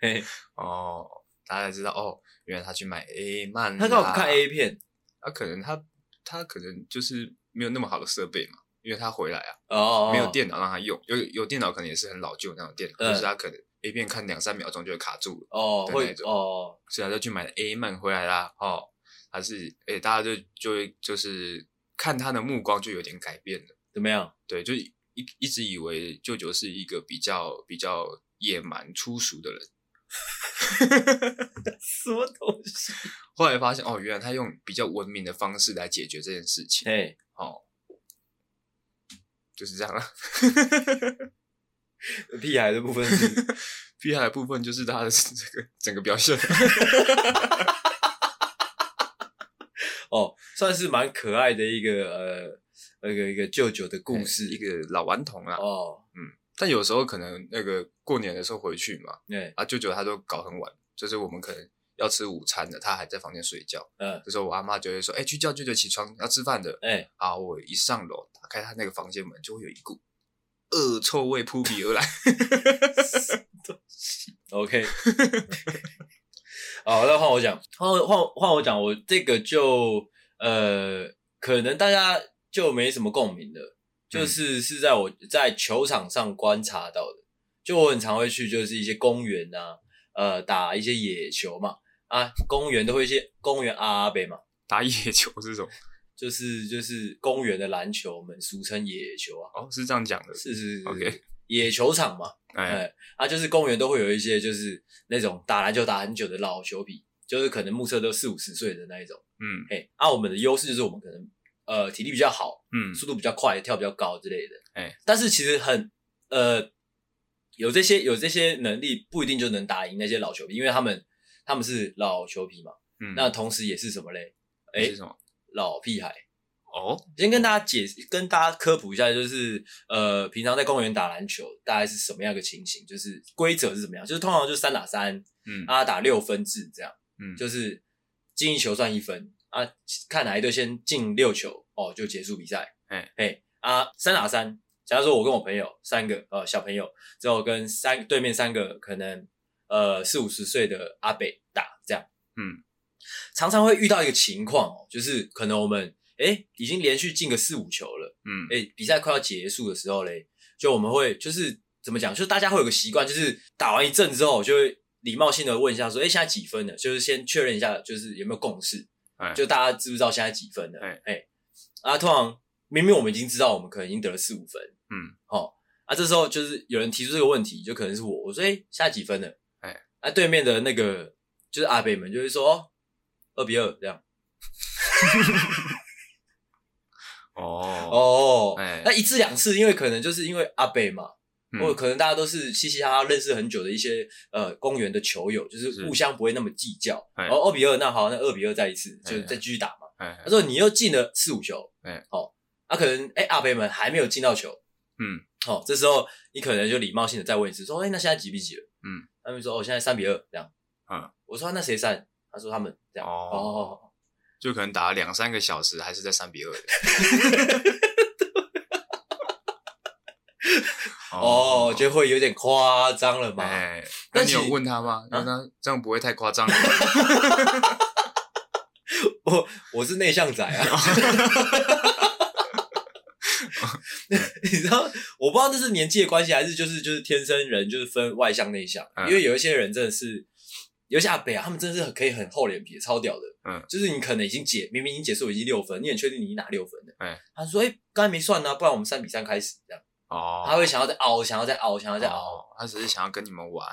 [SPEAKER 1] 嘿，
[SPEAKER 2] 哦，大家才知道哦，原来他去买 A 漫啦，
[SPEAKER 1] 他干嘛不看 A 片？
[SPEAKER 2] 他可能他他可能就是没有那么好的设备嘛，因为他回来啊，
[SPEAKER 1] 哦，
[SPEAKER 2] 没有，电脑让他用，有有电脑可能也是很老旧的那种电脑，
[SPEAKER 1] 嗯
[SPEAKER 2] 就是他可能 A 片看两三秒钟就会卡住了，
[SPEAKER 1] 哦，
[SPEAKER 2] 的
[SPEAKER 1] 会
[SPEAKER 2] 那，种
[SPEAKER 1] 哦，
[SPEAKER 2] 所以他就去买了 A 漫回来啦。哦，还是诶、大家就就会就是看他的目光就有点改变了，
[SPEAKER 1] 怎么样？
[SPEAKER 2] 对，就一一直以为舅舅是一个比较比较野蛮粗俗的人，
[SPEAKER 1] 什么东西？
[SPEAKER 2] 后来发现哦，原来他用比较文明的方式来解决这件事情。
[SPEAKER 1] 哎，
[SPEAKER 2] 哦，就是这样了。
[SPEAKER 1] 屁孩的部分是，
[SPEAKER 2] 屁孩的部分就是他的这个整个表现，
[SPEAKER 1] 哦，算是蛮可爱的一个呃，那个一个舅舅的故事，
[SPEAKER 2] 一个老顽童啦。
[SPEAKER 1] 哦，
[SPEAKER 2] 但有时候可能那个过年的时候回去嘛，
[SPEAKER 1] 对，
[SPEAKER 2] 啊，舅舅他都搞很晚，就是我们可能要吃午餐的，他还在房间睡觉。
[SPEAKER 1] 嗯，
[SPEAKER 2] 这时候我阿妈就会说：“哎、去叫舅舅起床，要吃饭的。”
[SPEAKER 1] 哎，
[SPEAKER 2] 啊，我一上楼打开他那个房间门，就会有一股恶臭味扑鼻而来。
[SPEAKER 1] OK，好，那换我讲，换我换我换我讲，我这个就呃，可能大家就没什么共鸣了，就是是在我在球场上观察到的，就我很常会去就是一些公园啊，呃，打一些野球嘛，啊，公园都会一些公园阿伯嘛，
[SPEAKER 2] 打野球是什么？
[SPEAKER 1] 就是就是公园的篮球，我们俗称野球啊，
[SPEAKER 2] 哦，是这样讲的。
[SPEAKER 1] 是是是
[SPEAKER 2] OK
[SPEAKER 1] 野球场嘛，
[SPEAKER 2] 哎，
[SPEAKER 1] 哎，啊，就是公园都会有一些就是那种打篮球打很久的老球皮，就是可能目测都四五十岁的那一种。
[SPEAKER 2] 嗯
[SPEAKER 1] 嘿，啊，我们的优势就是我们可能呃体力比较好，
[SPEAKER 2] 嗯，
[SPEAKER 1] 速度比较快，跳比较高之类的。
[SPEAKER 2] 哎，
[SPEAKER 1] 但是其实很呃，有这些有这些能力，不一定就能打赢那些老球皮，因为他们他们是老球皮嘛。
[SPEAKER 2] 嗯，
[SPEAKER 1] 那同时也是什么嘞？哎、
[SPEAKER 2] 是什么？
[SPEAKER 1] 老屁孩。
[SPEAKER 2] 哦，
[SPEAKER 1] 先跟大家解释，跟大家科普一下，就是呃，平常在公园打篮球大概是什么样一个情形，就是规则是怎么样，就是通常就是三打三，
[SPEAKER 2] 嗯
[SPEAKER 1] 啊打六分制这样，
[SPEAKER 2] 嗯，
[SPEAKER 1] 就是进一球算一分啊，看哪一队先进六球哦就结束比赛，
[SPEAKER 2] 哎
[SPEAKER 1] 哎啊三打三，假如说我跟我朋友三个呃小朋友，之后跟三对面三个可能呃四五十岁的阿北打这样，
[SPEAKER 2] 嗯，
[SPEAKER 1] 常常会遇到一个情况哦，就是可能我们哎已经连续进个四五球了。
[SPEAKER 2] 嗯，
[SPEAKER 1] 哎、比赛快要结束的时候嘞，就我们会就是怎么讲，就是大家会有个习惯，就是打完一阵之后，就会礼貌性的问一下说，哎、现在几分了？就是先确认一下，就是有没有共识，
[SPEAKER 2] 哎
[SPEAKER 1] 就大家知不知道现在几分了？哎
[SPEAKER 2] 哎、
[SPEAKER 1] 啊，通常明明我们已经知道，我们可能已经得了四五分，
[SPEAKER 2] 嗯，
[SPEAKER 1] 好啊，这时候就是有人提出这个问题，就可能是我，我说，哎、现在几分了？
[SPEAKER 2] 哎，
[SPEAKER 1] 啊，对面的那个就是阿北们就会说，哦，二比二这样。
[SPEAKER 2] 哦，
[SPEAKER 1] 哦，
[SPEAKER 2] 哎
[SPEAKER 1] 那一次两次，因为可能就是因为阿北嘛，
[SPEAKER 2] 嗯
[SPEAKER 1] 或者可能大家都是嘻嘻哈哈认识很久的一些呃公园的球友，就是
[SPEAKER 2] 是
[SPEAKER 1] 互相不会那么计较。
[SPEAKER 2] 哎
[SPEAKER 1] 然后二比二，那好，那二比二再一次，
[SPEAKER 2] 哎
[SPEAKER 1] 就再继续打嘛。
[SPEAKER 2] 哎，
[SPEAKER 1] 他说你又进了四五球，
[SPEAKER 2] 哎
[SPEAKER 1] 好、哦，啊可能哎、阿北们还没有进到球，
[SPEAKER 2] 嗯，
[SPEAKER 1] 好、这时候你可能就礼貌性的再问一次，说哎、那现在几比几了？
[SPEAKER 2] 嗯，
[SPEAKER 1] 他们说哦现在三比二这样。
[SPEAKER 2] 嗯，
[SPEAKER 1] 我说那谁三？他说他们这样。
[SPEAKER 2] 哦
[SPEAKER 1] 哦
[SPEAKER 2] 就可能打了两三个小时，还是在三比二。
[SPEAKER 1] 哦，就会有点夸张了嘛。
[SPEAKER 2] 哎，
[SPEAKER 1] 但
[SPEAKER 2] 那你有
[SPEAKER 1] 其
[SPEAKER 2] 问他吗？
[SPEAKER 1] 啊
[SPEAKER 2] 那他这样不会太夸张 吗？
[SPEAKER 1] 我我是内向仔啊，
[SPEAKER 2] 哦
[SPEAKER 1] 你知道，我不知道这是年纪的关系，还是就是就是天生人就是分外向内向，
[SPEAKER 2] 嗯
[SPEAKER 1] 因为有一些人真的是，有一些阿北啊，他们真的是很可以很厚脸皮，超屌的，
[SPEAKER 2] 嗯，
[SPEAKER 1] 就是你可能已经解，明明已经结束已经六分，你很确定你已经拿六分了，
[SPEAKER 2] 哎
[SPEAKER 1] 他说，哎、刚才没算呢、不然我们三比三开始这样，
[SPEAKER 2] 哦，
[SPEAKER 1] 他会想要再熬，想要再熬，想要再熬，
[SPEAKER 2] 哦，他只是想要跟你们玩。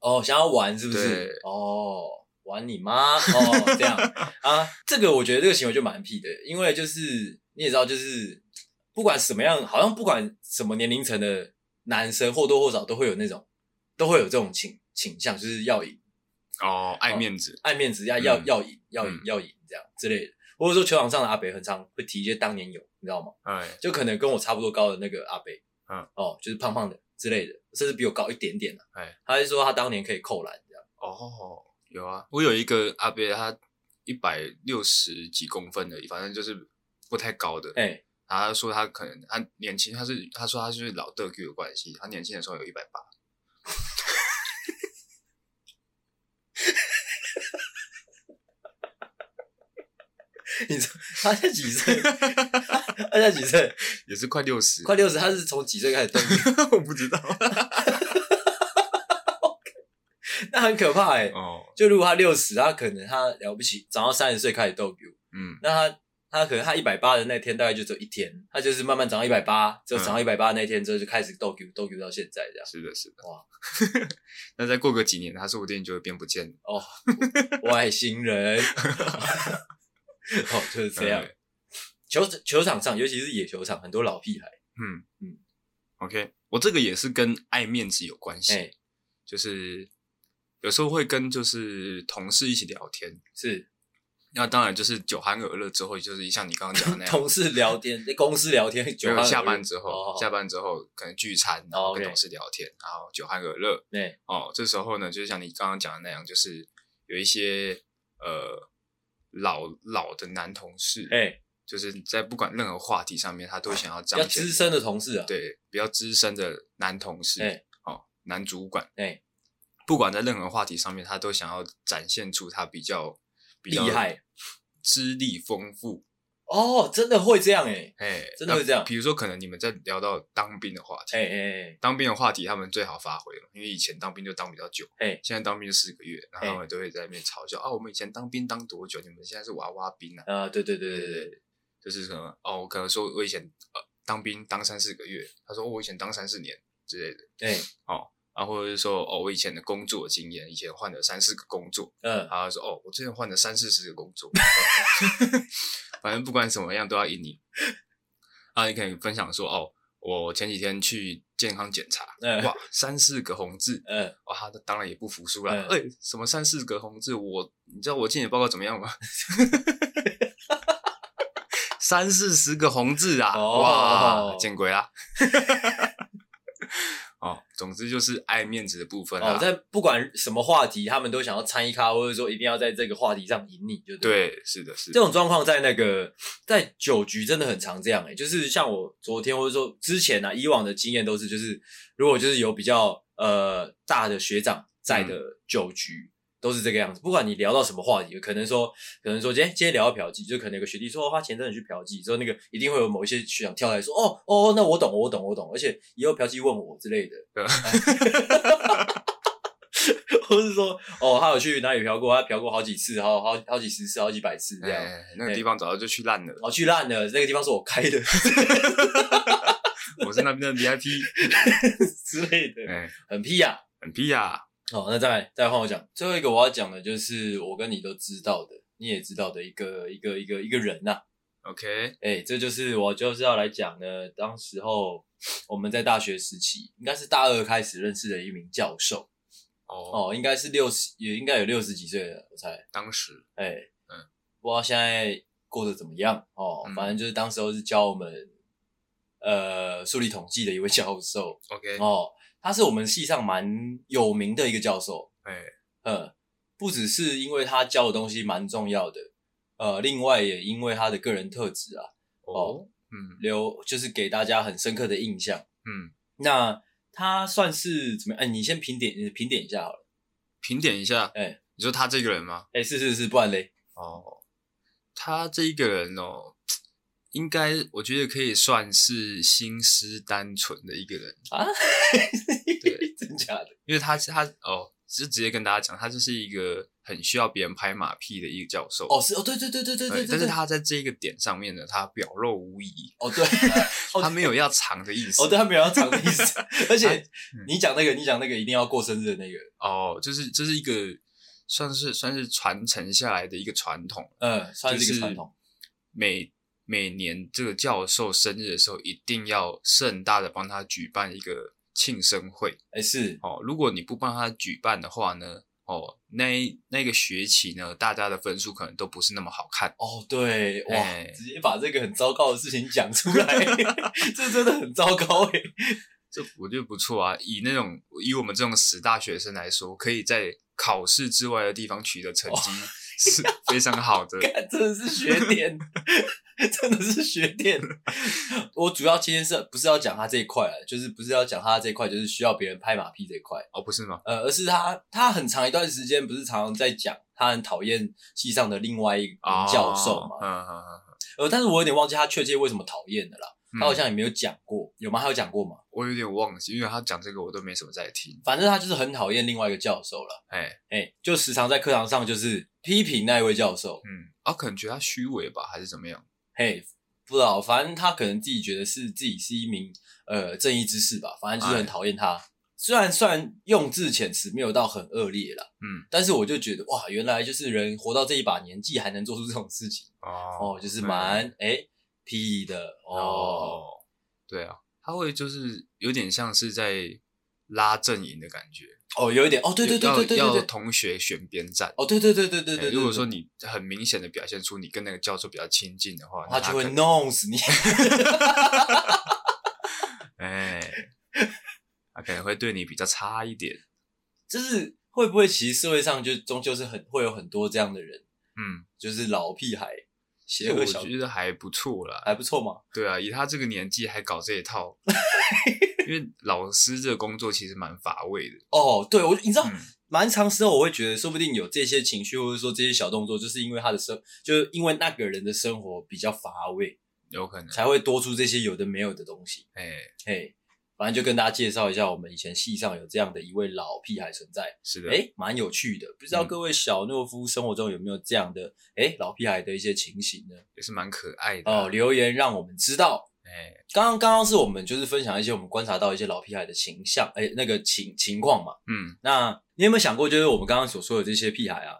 [SPEAKER 1] 哦，想要玩是不
[SPEAKER 2] 对
[SPEAKER 1] 是？哦，玩你妈！哦，这 样啊，这个我觉得这个行为就蛮屁的，因为就是你也知道，就是不管什么样，好像不管什么年龄层的男生，或多或少都会有那种，都会有这种倾倾向，就是要赢，
[SPEAKER 2] 哦，爱面子。
[SPEAKER 1] 爱面子要要
[SPEAKER 2] 嗯
[SPEAKER 1] 要赢，要赢
[SPEAKER 2] 嗯，
[SPEAKER 1] 要赢这样之类的。或者说球场上的阿北很常会提一些当年勇，你知道吗？
[SPEAKER 2] 哎，
[SPEAKER 1] 就可能跟我差不多高的那个阿北，
[SPEAKER 2] 嗯，
[SPEAKER 1] 哦，就是胖胖的之类的，甚至比我高一点点的、啊，
[SPEAKER 2] 哎，
[SPEAKER 1] 他就说他当年可以扣篮这样。
[SPEAKER 2] 哦，有啊，我有一个阿伯，他一百六十几公分而已，反正就是不太高的。
[SPEAKER 1] 哎、
[SPEAKER 2] 然后他说他可能他年轻，他是他说他是老德 Q 有关系，他年轻的时候有一百 八。
[SPEAKER 1] 你知道他现在几岁？ 他现在几岁？
[SPEAKER 2] 也是快六十，
[SPEAKER 1] 快六十，他是从几岁开始登？
[SPEAKER 2] 我不知道。
[SPEAKER 1] 那很可怕哎、
[SPEAKER 2] 哦，
[SPEAKER 1] 就如果他六十，他可能他了不起，长到三十岁开始斗牛，
[SPEAKER 2] 嗯，
[SPEAKER 1] 那他他可能他一百八的那天大概就只有一天，他就是慢慢长到一百八，只有
[SPEAKER 2] 嗯
[SPEAKER 1] 长到一百八那天之后就开始斗牛，斗牛到现在这样。
[SPEAKER 2] 是的，是的。
[SPEAKER 1] 哇，
[SPEAKER 2] 那再过个几年，他说不定就会变不见了。
[SPEAKER 1] 外星 人，哦，就是这样
[SPEAKER 2] 嗯。
[SPEAKER 1] 球球场上，尤其是野球场，很多老屁孩，
[SPEAKER 2] 嗯
[SPEAKER 1] 嗯
[SPEAKER 2] 嗯，OK，我这个也是跟爱面子有关系，
[SPEAKER 1] 哎、
[SPEAKER 2] 就是有时候会跟就是同事一起聊天，
[SPEAKER 1] 是
[SPEAKER 2] 那当然就是酒酣耳热之后，就是像你刚刚讲的那样，
[SPEAKER 1] 同事聊天，在公司聊天，酒
[SPEAKER 2] 没有
[SPEAKER 1] 吧
[SPEAKER 2] 下班之后，
[SPEAKER 1] 哦
[SPEAKER 2] 下班之后可能聚餐，然
[SPEAKER 1] 哦
[SPEAKER 2] 后跟
[SPEAKER 1] OK
[SPEAKER 2] 同事聊天，然后酒酣耳热。
[SPEAKER 1] 对
[SPEAKER 2] 哦，这时候呢，就是像你刚刚讲的那样，就是有一些呃老老的男同事，
[SPEAKER 1] 哎、
[SPEAKER 2] 就是在不管任何话题上面，他都想要彰
[SPEAKER 1] 要
[SPEAKER 2] 显
[SPEAKER 1] 资深的同事啊，
[SPEAKER 2] 对比较资深的男同事，
[SPEAKER 1] 哎
[SPEAKER 2] 哦，男主管，
[SPEAKER 1] 哎，
[SPEAKER 2] 不管在任何话题上面，他都想要展现出他比较比较
[SPEAKER 1] 厉害、
[SPEAKER 2] 资历丰富，
[SPEAKER 1] 哦，真的会这样哎、
[SPEAKER 2] 哎，
[SPEAKER 1] 真的会
[SPEAKER 2] 那
[SPEAKER 1] 这样
[SPEAKER 2] 比如说，可能你们在聊到当兵的话题，
[SPEAKER 1] 哎哎
[SPEAKER 2] 当兵的话题他们最好发挥了，因为以前当兵就当比较久，
[SPEAKER 1] 哎
[SPEAKER 2] 现在当兵就四个月，然后
[SPEAKER 1] 哎
[SPEAKER 2] 他们都会在那边嘲笑啊，我们以前当兵当多久，你们现在是娃娃兵啊，
[SPEAKER 1] 哎，啊，对对对对对，
[SPEAKER 2] 就是可能哦，我可能说我以前呃当兵当三四个月，他说、哦我以前当三四年之类的。
[SPEAKER 1] 对，哎，
[SPEAKER 2] 啊，或者是说哦，我以前的工作经验，以前换了三四个工作，
[SPEAKER 1] 嗯，
[SPEAKER 2] 然后说哦，我之前换了三四十个工作，反正不管怎么样都要赢你。啊，你可以分享说哦，我前几天去健康检查，
[SPEAKER 1] 嗯
[SPEAKER 2] 哇，三四个红字，
[SPEAKER 1] 嗯，
[SPEAKER 2] 哇，哦他当然也不服输啦。
[SPEAKER 1] 嗯
[SPEAKER 2] 哎、什么三四个红字，我你知道我健检报告怎么样吗？ 三四十个红字啊，
[SPEAKER 1] 哦
[SPEAKER 2] 哇，见鬼啦！ 哦，总之就是爱面子的部分啊。
[SPEAKER 1] 哦，但不管什么话题，他们都想要参一咖，或者说一定要在这个话题上赢你，就对了。
[SPEAKER 2] 对，是的，是
[SPEAKER 1] 这
[SPEAKER 2] 的，
[SPEAKER 1] 种状况在那个在酒局真的很常这样诶、就是像我昨天或者说之前啊，以往的经验都是，就是如果就是有比较呃大的学长在的酒局。都是这个样子，不管你聊到什么话题，可能说，可能说今天今天聊到嫖妓，就可能有个学弟说、哦他前阵子去嫖妓，之后那个一定会有某一些学长跳来说，哦哦，那我懂，我懂，我懂，而且以后嫖妓问我之类的，
[SPEAKER 2] 对啊
[SPEAKER 1] 或是说，哦，他有去哪里嫖过，他嫖过好几次，好好好几十次，好几百次这样，
[SPEAKER 2] 哎，那个地方早就去烂了，
[SPEAKER 1] 我去烂了，那个地方是我开的
[SPEAKER 2] 我是那边的 VIP，
[SPEAKER 1] 之类的，
[SPEAKER 2] 哎，
[SPEAKER 1] 很屁呀、
[SPEAKER 2] 很屁啊，
[SPEAKER 1] 好，那再来再换我讲，最后一个我要讲的就是我跟你都知道的，你也知道的一个一个一个一个人呐、
[SPEAKER 2] OK，
[SPEAKER 1] 哎、这就是我就是要来讲呢，当时候我们在大学时期，应该是大二开始认识的一名教授，
[SPEAKER 2] 哦，
[SPEAKER 1] 哦，应该是六十，也应该有六十几岁了，我猜，
[SPEAKER 2] 当时
[SPEAKER 1] 哎、
[SPEAKER 2] 嗯，
[SPEAKER 1] 不知道现在过得怎么样哦，
[SPEAKER 2] 嗯
[SPEAKER 1] 反正就是当时候是教我们。呃，数理统计的一位教授，
[SPEAKER 2] OK，
[SPEAKER 1] 哦，他是我们系上蛮有名的一个教授，
[SPEAKER 2] 哎，
[SPEAKER 1] 呃，不只是因为他教的东西蛮重要的，呃，另外也因为他的个人特质啊，
[SPEAKER 2] 哦，嗯
[SPEAKER 1] 留就是给大家很深刻的印象。
[SPEAKER 2] 嗯，
[SPEAKER 1] 那他算是怎么样？哎、你先评点你评点一下好了。
[SPEAKER 2] 评点一下，
[SPEAKER 1] 哎，
[SPEAKER 2] 你说他这个人吗？
[SPEAKER 1] 哎、是是是，不然嘞，
[SPEAKER 2] 哦，他这一个人哦，应该我觉得可以算是心思单纯的一个人，对
[SPEAKER 1] 啊 真假的？
[SPEAKER 2] 因为他他哦，就直接跟大家讲，他就是一个很需要别人拍马屁的一个教授。
[SPEAKER 1] 哦，是哦，对对对对对
[SPEAKER 2] 对
[SPEAKER 1] 对对
[SPEAKER 2] 但是
[SPEAKER 1] 对，
[SPEAKER 2] 他在这个点上面呢，他表露无遗，
[SPEAKER 1] 哦对，哦
[SPEAKER 2] 他没有要藏的意思。
[SPEAKER 1] 哦对，他没有要藏的意 思，而且
[SPEAKER 2] 嗯
[SPEAKER 1] 你讲那个，你讲那个一定要过生日的那个，
[SPEAKER 2] 哦，就是这、是一个算是算是传承下来的一个传统，
[SPEAKER 1] 嗯，算
[SPEAKER 2] 就是
[SPEAKER 1] 一
[SPEAKER 2] 是
[SPEAKER 1] 个传统，
[SPEAKER 2] 每每年这个教授生日的时候，一定要盛大的帮他举办一个庆生会。
[SPEAKER 1] 哎、是，
[SPEAKER 2] 哦，如果你不帮他举办的话呢，哦，那一那个学期呢，大家的分数可能都不是那么好看。
[SPEAKER 1] 哦，对，哇，
[SPEAKER 2] 哎
[SPEAKER 1] 直接把这个很糟糕的事情讲出来， 这真的很糟糕哎、
[SPEAKER 2] 这我觉得不错啊，以那种以我们这种死大学生来说，可以在考试之外的地方取得
[SPEAKER 1] 哦
[SPEAKER 2] 成绩是非常好 的。
[SPEAKER 1] 干真的是学点，真的是学点。我主要今天是不是要讲他这一块啊？就是不是要讲他这一块，就是需要别人拍马屁这一块，
[SPEAKER 2] 哦，不是吗？
[SPEAKER 1] 呃，而是他他很长一段时间不是常常在讲他很讨厌系上的另外一名
[SPEAKER 2] 哦
[SPEAKER 1] 教授嘛？
[SPEAKER 2] 嗯嗯嗯，
[SPEAKER 1] 呃，但是我有点忘记他确切为什么讨厌的啦。
[SPEAKER 2] 嗯
[SPEAKER 1] 他好像也没有讲过，有吗？他有讲过吗？
[SPEAKER 2] 我有点忘记，因为他讲这个我都没什么在听。
[SPEAKER 1] 反正他就是很讨厌另外一个教授了。
[SPEAKER 2] 哎，
[SPEAKER 1] 哎、就时常在课堂上就是批评那一位教授，
[SPEAKER 2] 嗯，啊，可能觉得他虚伪吧，还是怎么样？
[SPEAKER 1] 嘿、不知道，反正他可能自己觉得是自己是一名呃正义之士吧，反正就是很
[SPEAKER 2] 哎
[SPEAKER 1] 讨厌他。虽然虽然用字遣词没有到很恶劣啦，
[SPEAKER 2] 嗯，
[SPEAKER 1] 但是我就觉得哇，原来就是人活到这一把年纪还能做出这种事情
[SPEAKER 2] 哦
[SPEAKER 1] 哦，就是蛮哎、屁的哦，
[SPEAKER 2] 哦，对啊，他会就是有点像是在拉阵营的感觉。
[SPEAKER 1] 哦，有一点哦，对对对对对对
[SPEAKER 2] 要要
[SPEAKER 1] 对，
[SPEAKER 2] 同学选边站。
[SPEAKER 1] 哦，对对对对对
[SPEAKER 2] 哎
[SPEAKER 1] 对，
[SPEAKER 2] 如果说
[SPEAKER 1] 对
[SPEAKER 2] 你很明显的表现出你跟那个教授比较亲近的话，
[SPEAKER 1] 他就
[SPEAKER 2] 就
[SPEAKER 1] 会弄死你，
[SPEAKER 2] 哎，他可能会对你比较差一点。
[SPEAKER 1] 就是会不会其实社会上就终究是很会有很多这样的人。
[SPEAKER 2] 嗯，
[SPEAKER 1] 就是老屁孩，邪
[SPEAKER 2] 我
[SPEAKER 1] 恶小，
[SPEAKER 2] 觉得还不错啦。
[SPEAKER 1] 还不错嘛。
[SPEAKER 2] 对啊，以他这个年纪还搞这 一套，因为老师这个工作其实蛮乏味的。
[SPEAKER 1] 哦，对我，你知道，
[SPEAKER 2] 嗯，
[SPEAKER 1] 蛮长时候我会觉得，说不定有这些情绪，或者说这些小动作，就是因为他的生，就是因为那个人的生活比较乏味，
[SPEAKER 2] 有可能。
[SPEAKER 1] 才会多出这些有的没有的东西。
[SPEAKER 2] 哎，
[SPEAKER 1] 嘿，反正就跟大家介绍一下，我们以前系上有这样的一位老屁孩存在，
[SPEAKER 2] 是的。
[SPEAKER 1] 诶，蛮有趣的。不知道
[SPEAKER 2] 嗯
[SPEAKER 1] 各位小懦夫生活中有没有这样的诶老屁孩的一些情形呢？
[SPEAKER 2] 也是蛮可爱的啊。
[SPEAKER 1] 哦，留言让我们知道。
[SPEAKER 2] 哎，
[SPEAKER 1] 刚刚刚刚是我们就是分享一些我们观察到一些老屁孩的形象，哎、那个情情况嘛。
[SPEAKER 2] 嗯，
[SPEAKER 1] 那你有没有想过，就是我们刚刚所说的这些屁孩啊，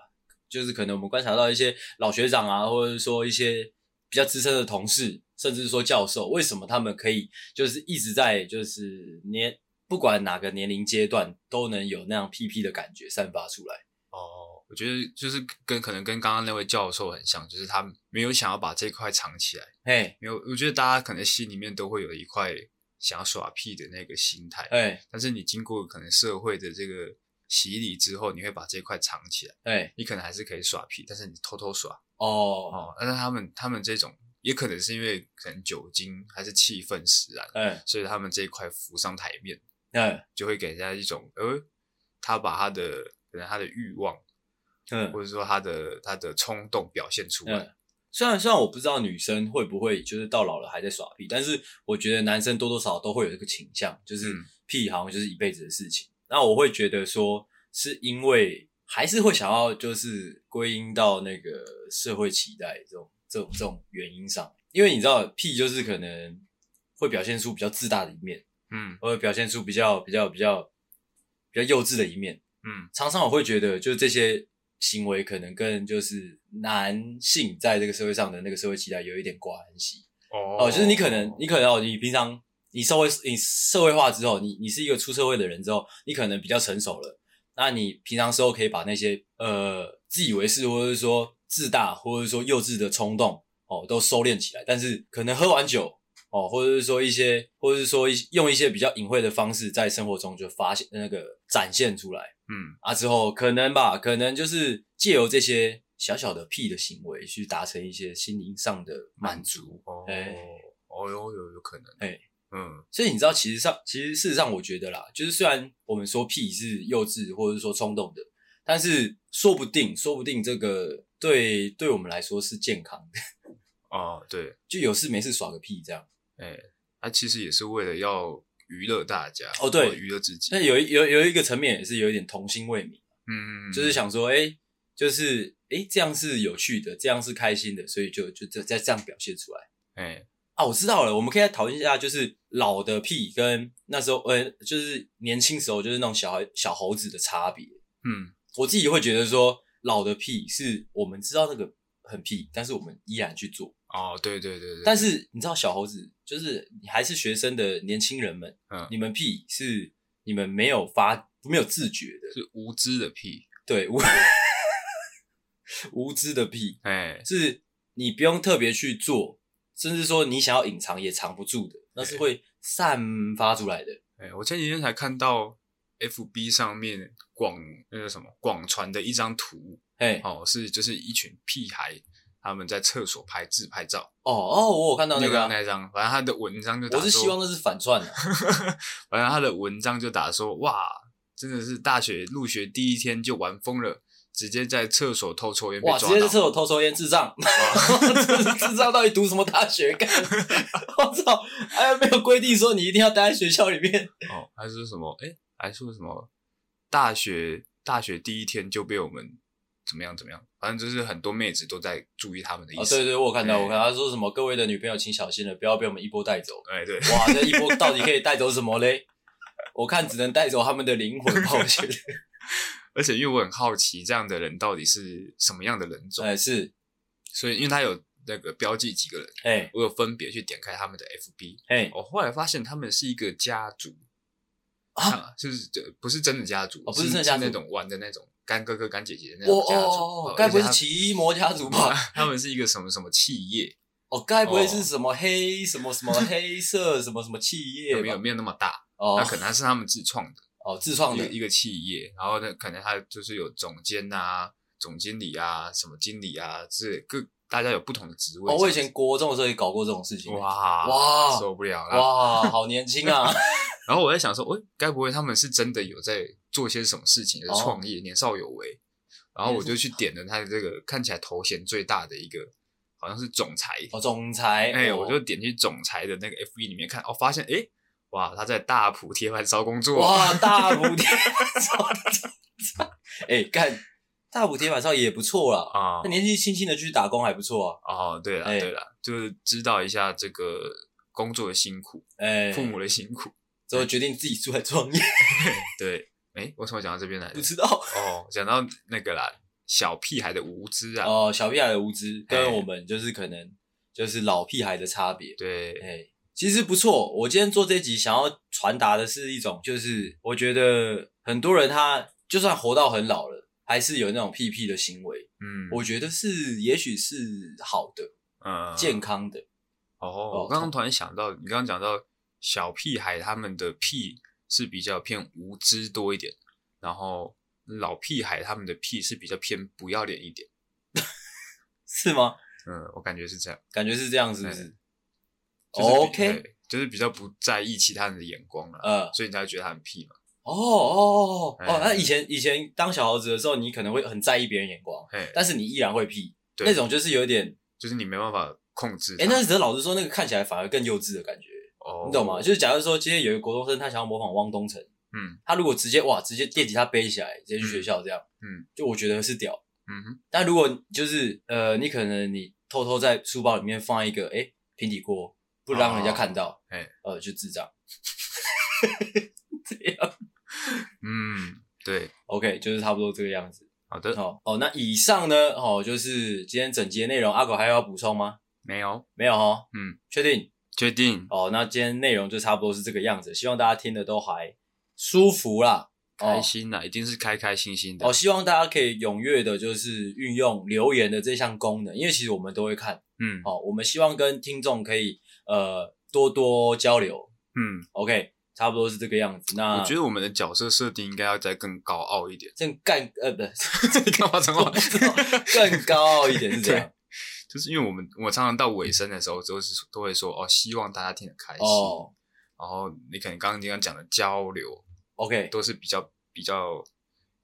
[SPEAKER 1] 就是可能我们观察到一些老学长啊，或者说一些比较资深的同事，甚至说教授，为什么他们可以就是一直在就是年不管哪个年龄阶段都能有那样屁屁的感觉散发出来？
[SPEAKER 2] 哦，我觉得就是跟可能跟刚刚那位教授很像，就是他没有想要把这块藏起来，
[SPEAKER 1] 嘿，
[SPEAKER 2] 没有。我觉得大家可能心里面都会有一块想要耍屁的那个心态，
[SPEAKER 1] 哎，
[SPEAKER 2] 但是你经过可能社会的这个洗礼之后，你会把这块藏起来，
[SPEAKER 1] 哎，
[SPEAKER 2] 你可能还是可以耍屁，但是你偷偷耍
[SPEAKER 1] 哦，
[SPEAKER 2] 哦。但是他们他们这种也可能是因为可能酒精还是气氛使然，
[SPEAKER 1] 哎，
[SPEAKER 2] 所以他们这一块浮上台面，
[SPEAKER 1] 哎，
[SPEAKER 2] 就会给人家一种呃，他把他的可能他的欲望。
[SPEAKER 1] 嗯，
[SPEAKER 2] 或者说他的他的冲动表现出来。
[SPEAKER 1] 嗯虽然虽然我不知道女生会不会就是到老了还在耍屁，但是我觉得男生多多少少都会有这个倾向，就是
[SPEAKER 2] 嗯
[SPEAKER 1] 屁好像就是一辈子的事情。那我会觉得说，是因为还是会想要就是归因到那个社会期待这种这种这种原因上，因为你知道屁就是可能会表现出比较自大的一面，
[SPEAKER 2] 嗯
[SPEAKER 1] 或者表现出比较比较比较比较幼稚的一面。
[SPEAKER 2] 嗯
[SPEAKER 1] 常常我会觉得，就是这些行为可能跟就是男性在这个社会上的那个社会期待有一点挂关系。
[SPEAKER 2] 哦
[SPEAKER 1] 哦，就是你可能，你可能哦，你平常你社会你社会化之后，你你是一个出社会的人之后，你可能比较成熟了，那你平常时候可以把那些呃自以为是，或者是说自大，或者是说幼稚的冲动哦，都收敛起来。但是可能喝完酒哦，或者是说一些，或者是说一用一些比较隐晦的方式，在生活中就发现那个展现出来。
[SPEAKER 2] 嗯
[SPEAKER 1] 啊，之后可能吧，可能就是借由这些小小的屁的行为，去达成一些心灵上的满足。
[SPEAKER 2] 哦
[SPEAKER 1] 哎
[SPEAKER 2] 哦有有有可能
[SPEAKER 1] 哎
[SPEAKER 2] 嗯
[SPEAKER 1] 所以你知道，其实上，其实事实上，我觉得啦，就是虽然我们说屁是幼稚或者说冲动的，但是说不定，说不定这个对对我们来说是健康的，
[SPEAKER 2] 哦对
[SPEAKER 1] 就有事没事耍个屁这样。
[SPEAKER 2] 哎，他其实也是为了要娱乐大家
[SPEAKER 1] 哦对
[SPEAKER 2] 或娱乐自己
[SPEAKER 1] 那有一有有一个层面也是有一点童心未泯。
[SPEAKER 2] 嗯
[SPEAKER 1] 就是想说，哎、就是哎、诶这样是有趣的，这样是开心的，所以就就这再这样表现出来
[SPEAKER 2] 哎
[SPEAKER 1] 啊。我知道了，我们可以来讨论一下，就是老的屁跟那时候呃，就是年轻时候就是那种小孩小猴子的差别。
[SPEAKER 2] 嗯
[SPEAKER 1] 我自己会觉得说，老的屁是我们知道那个很屁，但是我们依然去做。
[SPEAKER 2] 哦对对对对，
[SPEAKER 1] 但是你知道，小猴子就是你还是学生的年轻人们，
[SPEAKER 2] 嗯
[SPEAKER 1] 你们屁是你们没有发没有自觉的，
[SPEAKER 2] 是无知的屁
[SPEAKER 1] 对无 无知的屁。
[SPEAKER 2] 哎
[SPEAKER 1] 是你不用特别去做，甚至说你想要隐藏也藏不住的，那是会散发出来的。
[SPEAKER 2] 哎，我前几天才看到 FB 上面广那个什么广传的一张图
[SPEAKER 1] 嘿，哦
[SPEAKER 2] 哦，是就是一群屁孩他们在厕所拍自拍照。
[SPEAKER 1] 哦，我有看到
[SPEAKER 2] 那
[SPEAKER 1] 那个
[SPEAKER 2] 个
[SPEAKER 1] 啊、
[SPEAKER 2] 那一张，反正他的文章就打
[SPEAKER 1] 我是
[SPEAKER 2] 说
[SPEAKER 1] 希望那是反串啊的、
[SPEAKER 2] 反正他的文章就打说，哇，真的是大学入学第一天就玩疯了，直接在厕所偷抽 烟被
[SPEAKER 1] 哇，直
[SPEAKER 2] 抓
[SPEAKER 1] 接在
[SPEAKER 2] 到。
[SPEAKER 1] 厕所偷抽烟，智障！ 这是智障到底读什么大学干？我操！哎，没有规定说你一定要待在学校里 面。
[SPEAKER 2] 哦，还是什么？哎、还说什么？大学大学第一天就被我们怎么样怎么样？反正就是很多妹子都在注意他们的意
[SPEAKER 1] 哦，
[SPEAKER 2] 思。
[SPEAKER 1] 对对，我有看到，
[SPEAKER 2] 哎
[SPEAKER 1] 我看到他说什么，各位的女朋友请小心了，不要被我们一波带走。
[SPEAKER 2] 哎对，
[SPEAKER 1] 哇，这一波到底可以带走什么嘞？我看只能带走他们的灵魂吧，我 觉得。
[SPEAKER 2] 而且因为我很好奇，这样的人到底是什么样的人种，
[SPEAKER 1] 哎，是，
[SPEAKER 2] 所以因为他有那个标记几个人，
[SPEAKER 1] 哎
[SPEAKER 2] 我有分别去点开他们的 FB，
[SPEAKER 1] 哎，
[SPEAKER 2] 我后来发现他们是一个家族
[SPEAKER 1] 啊，
[SPEAKER 2] 就是这不是真的家族，
[SPEAKER 1] 哦不是真的家族
[SPEAKER 2] 那种玩的那种干哥哥干姐姐的那
[SPEAKER 1] 我
[SPEAKER 2] 种
[SPEAKER 1] 哦
[SPEAKER 2] 家族
[SPEAKER 1] 哦，哦，该不会是奇异魔家族吧？？
[SPEAKER 2] 他们是一个什么什么企业，
[SPEAKER 1] 哦，该不会是什么黑什么什么黑色什么什么企业
[SPEAKER 2] 有没有
[SPEAKER 1] 吧？
[SPEAKER 2] 没有那么大？
[SPEAKER 1] 哦
[SPEAKER 2] 那可能他是他们自创的
[SPEAKER 1] 哦，自创
[SPEAKER 2] 一个
[SPEAKER 1] 的
[SPEAKER 2] 一个企业，然后呢，可能他就是有总监啊、总经理啊、什么经理啊，之类各大家有不同的职位。
[SPEAKER 1] 哦，我以
[SPEAKER 2] 这
[SPEAKER 1] 前
[SPEAKER 2] 样子
[SPEAKER 1] 国中的时候也搞过这种事情。
[SPEAKER 2] 哇
[SPEAKER 1] 哇
[SPEAKER 2] 受不了了。
[SPEAKER 1] 哇，好年轻啊！
[SPEAKER 2] 然后我在想说，喂、该不会他们是真的有在做些什么事情，
[SPEAKER 1] 哦
[SPEAKER 2] 就是创业、年少有为？然后我
[SPEAKER 1] 嗯
[SPEAKER 2] 就去点了他的这个看起来头衔最大的一个，好像是总裁。
[SPEAKER 1] 哦，总裁，
[SPEAKER 2] 哎、
[SPEAKER 1] 哦
[SPEAKER 2] 我就点去总裁的那个 FB 里面看，哦，发现哎、哇，他在大埔铁板烧工作。
[SPEAKER 1] 哇，大补贴，哎，干大补贴晚上也不错啦。
[SPEAKER 2] 啊
[SPEAKER 1] 那年纪轻轻的去打工还不错啊。
[SPEAKER 2] 哦，对了、
[SPEAKER 1] 哎
[SPEAKER 2] 对了，就是知道一下这个工作的辛苦，
[SPEAKER 1] 哎，
[SPEAKER 2] 父母的辛苦。
[SPEAKER 1] 之后决定自己出来创业，
[SPEAKER 2] 对，哎、为什么讲到这边来
[SPEAKER 1] 不
[SPEAKER 2] 了？
[SPEAKER 1] 知道
[SPEAKER 2] 哦，讲到那个啦，小屁孩的无知啊。
[SPEAKER 1] 哦哦，小屁孩的无知
[SPEAKER 2] 哎
[SPEAKER 1] 跟我们就是可能就是老屁孩的差别。
[SPEAKER 2] 对，
[SPEAKER 1] 哎、其实不错。我今天做这集想要传达的是一种，就是我觉得很多人他就算活到很老了，还是有那种屁屁的行为，
[SPEAKER 2] 嗯，
[SPEAKER 1] 我觉得是也许是好的、
[SPEAKER 2] 嗯
[SPEAKER 1] 健康的。
[SPEAKER 2] 哦，我刚刚突然想到，你刚刚讲到小屁孩他们的屁是比较偏无知多一点，然后老屁孩他们的屁是比较偏不要脸一点。
[SPEAKER 1] 是吗？
[SPEAKER 2] 嗯，我感觉是这样。
[SPEAKER 1] 感觉是这样，是不是？
[SPEAKER 2] 就是比
[SPEAKER 1] 哦 OK
[SPEAKER 2] 对就是比较不在意其他人的眼光了，
[SPEAKER 1] 呃，
[SPEAKER 2] 所以你才会觉得他很屁嘛。
[SPEAKER 1] 哦哦哦哦，
[SPEAKER 2] 哎
[SPEAKER 1] 那以前以前当小猴子的时候，你可能会很在意别人眼光，
[SPEAKER 2] 嘿，
[SPEAKER 1] 但是你依然会屁，
[SPEAKER 2] 对
[SPEAKER 1] 那种就是有点，
[SPEAKER 2] 就是你没办法控制他。
[SPEAKER 1] 哎，但是老实说，那个看起来反而更幼稚的感觉，
[SPEAKER 2] 哦，
[SPEAKER 1] 你懂吗？？就是假如说今天有一个国中生，他想要模仿汪东城，
[SPEAKER 2] 嗯
[SPEAKER 1] 他如果直接哇直接电吉他背起来，直接去学校这样，
[SPEAKER 2] 嗯，
[SPEAKER 1] 就我觉得是屌。
[SPEAKER 2] 嗯哼，
[SPEAKER 1] 但如果就是呃，你可能你偷偷在书包里面放一个哎平底锅，不让人家看到，
[SPEAKER 2] 哎
[SPEAKER 1] 呃，就智障。
[SPEAKER 2] 嗯，对，
[SPEAKER 1] OK，就是差不多这个样子。
[SPEAKER 2] 好的，
[SPEAKER 1] 哦哦，那以上呢，哦，就是今天整集的内容，阿狗还有要补充吗？
[SPEAKER 2] 没有，
[SPEAKER 1] 没有哦，
[SPEAKER 2] 嗯，
[SPEAKER 1] 确定
[SPEAKER 2] 确定，
[SPEAKER 1] 哦。那今天内容就差不多是这个样子，希望大家听的都还舒服啦，
[SPEAKER 2] 开
[SPEAKER 1] 哦
[SPEAKER 2] 心啦，一定是开开心心的
[SPEAKER 1] 哦，。希望大家可以踊跃的，就是运用留言的这项功能，因为其实我们都会看
[SPEAKER 2] 嗯
[SPEAKER 1] 哦，我们希望跟听众可以呃多多交流。
[SPEAKER 2] 嗯，
[SPEAKER 1] OK，差不多是这个样子。那。
[SPEAKER 2] 我觉得我们的角色设定应该要再更高傲一 点
[SPEAKER 1] 更干呃不是
[SPEAKER 2] 干嘛？怎
[SPEAKER 1] 我不 知道更高傲一点是这样
[SPEAKER 2] 就是因为我们我常常到尾声的时候，都是都会说哦，希望大家听得开心。
[SPEAKER 1] 哦。
[SPEAKER 2] 然后你可能刚刚刚讲的交流，
[SPEAKER 1] OK
[SPEAKER 2] 都是比较比较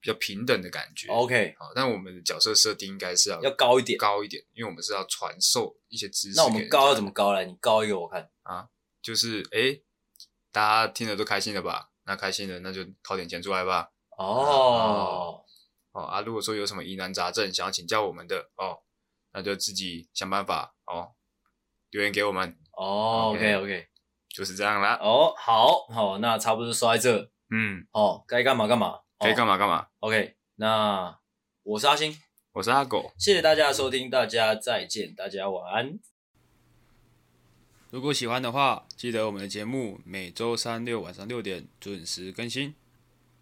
[SPEAKER 2] 比较平等的感觉。
[SPEAKER 1] OK，
[SPEAKER 2] 好，但我们的角色设定应该是要
[SPEAKER 1] 哦要高一点。
[SPEAKER 2] 高一点，因为我们是要传授一些知识。
[SPEAKER 1] 那我们高要怎么？高来？你高一个我看。
[SPEAKER 2] 就是诶，大家听得都开心了吧？那开心了，那就掏点钱出来吧。
[SPEAKER 1] 哦，
[SPEAKER 2] 哦啊，如果说有什么疑难杂症想要请教我们的哦，那就自己想办法哦，留言给我们，
[SPEAKER 1] 哦
[SPEAKER 2] OK
[SPEAKER 1] ，OK OK，
[SPEAKER 2] 就是这样啦。
[SPEAKER 1] 哦，好，好，那差不多就说在这，
[SPEAKER 2] 嗯，
[SPEAKER 1] 哦，该干嘛干嘛，
[SPEAKER 2] 可以干
[SPEAKER 1] 嘛
[SPEAKER 2] 嘛干嘛。
[SPEAKER 1] ？OK，那我是阿星，
[SPEAKER 2] 我是阿狗，
[SPEAKER 1] 谢谢大家的收听，大家再见，大家晚安。
[SPEAKER 2] 如果喜欢的话，记得我们的节目每周三六晚上六点准时更新。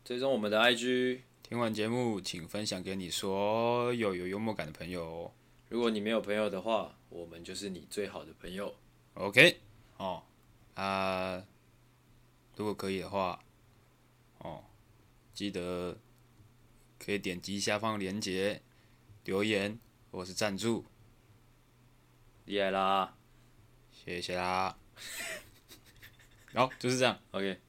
[SPEAKER 1] 追踪我们的 IG，
[SPEAKER 2] 听完节目，请分享给你所有有幽默感的朋友哦。
[SPEAKER 1] 如果你没有朋友的话，我们就是你最好的朋友。
[SPEAKER 2] OK，哦，啊、如果可以的话，哦，记得可以点击下方链接留言或是赞助，
[SPEAKER 1] 厉害啦
[SPEAKER 2] 谢谢啦。好、就是这样。
[SPEAKER 1] ，OK。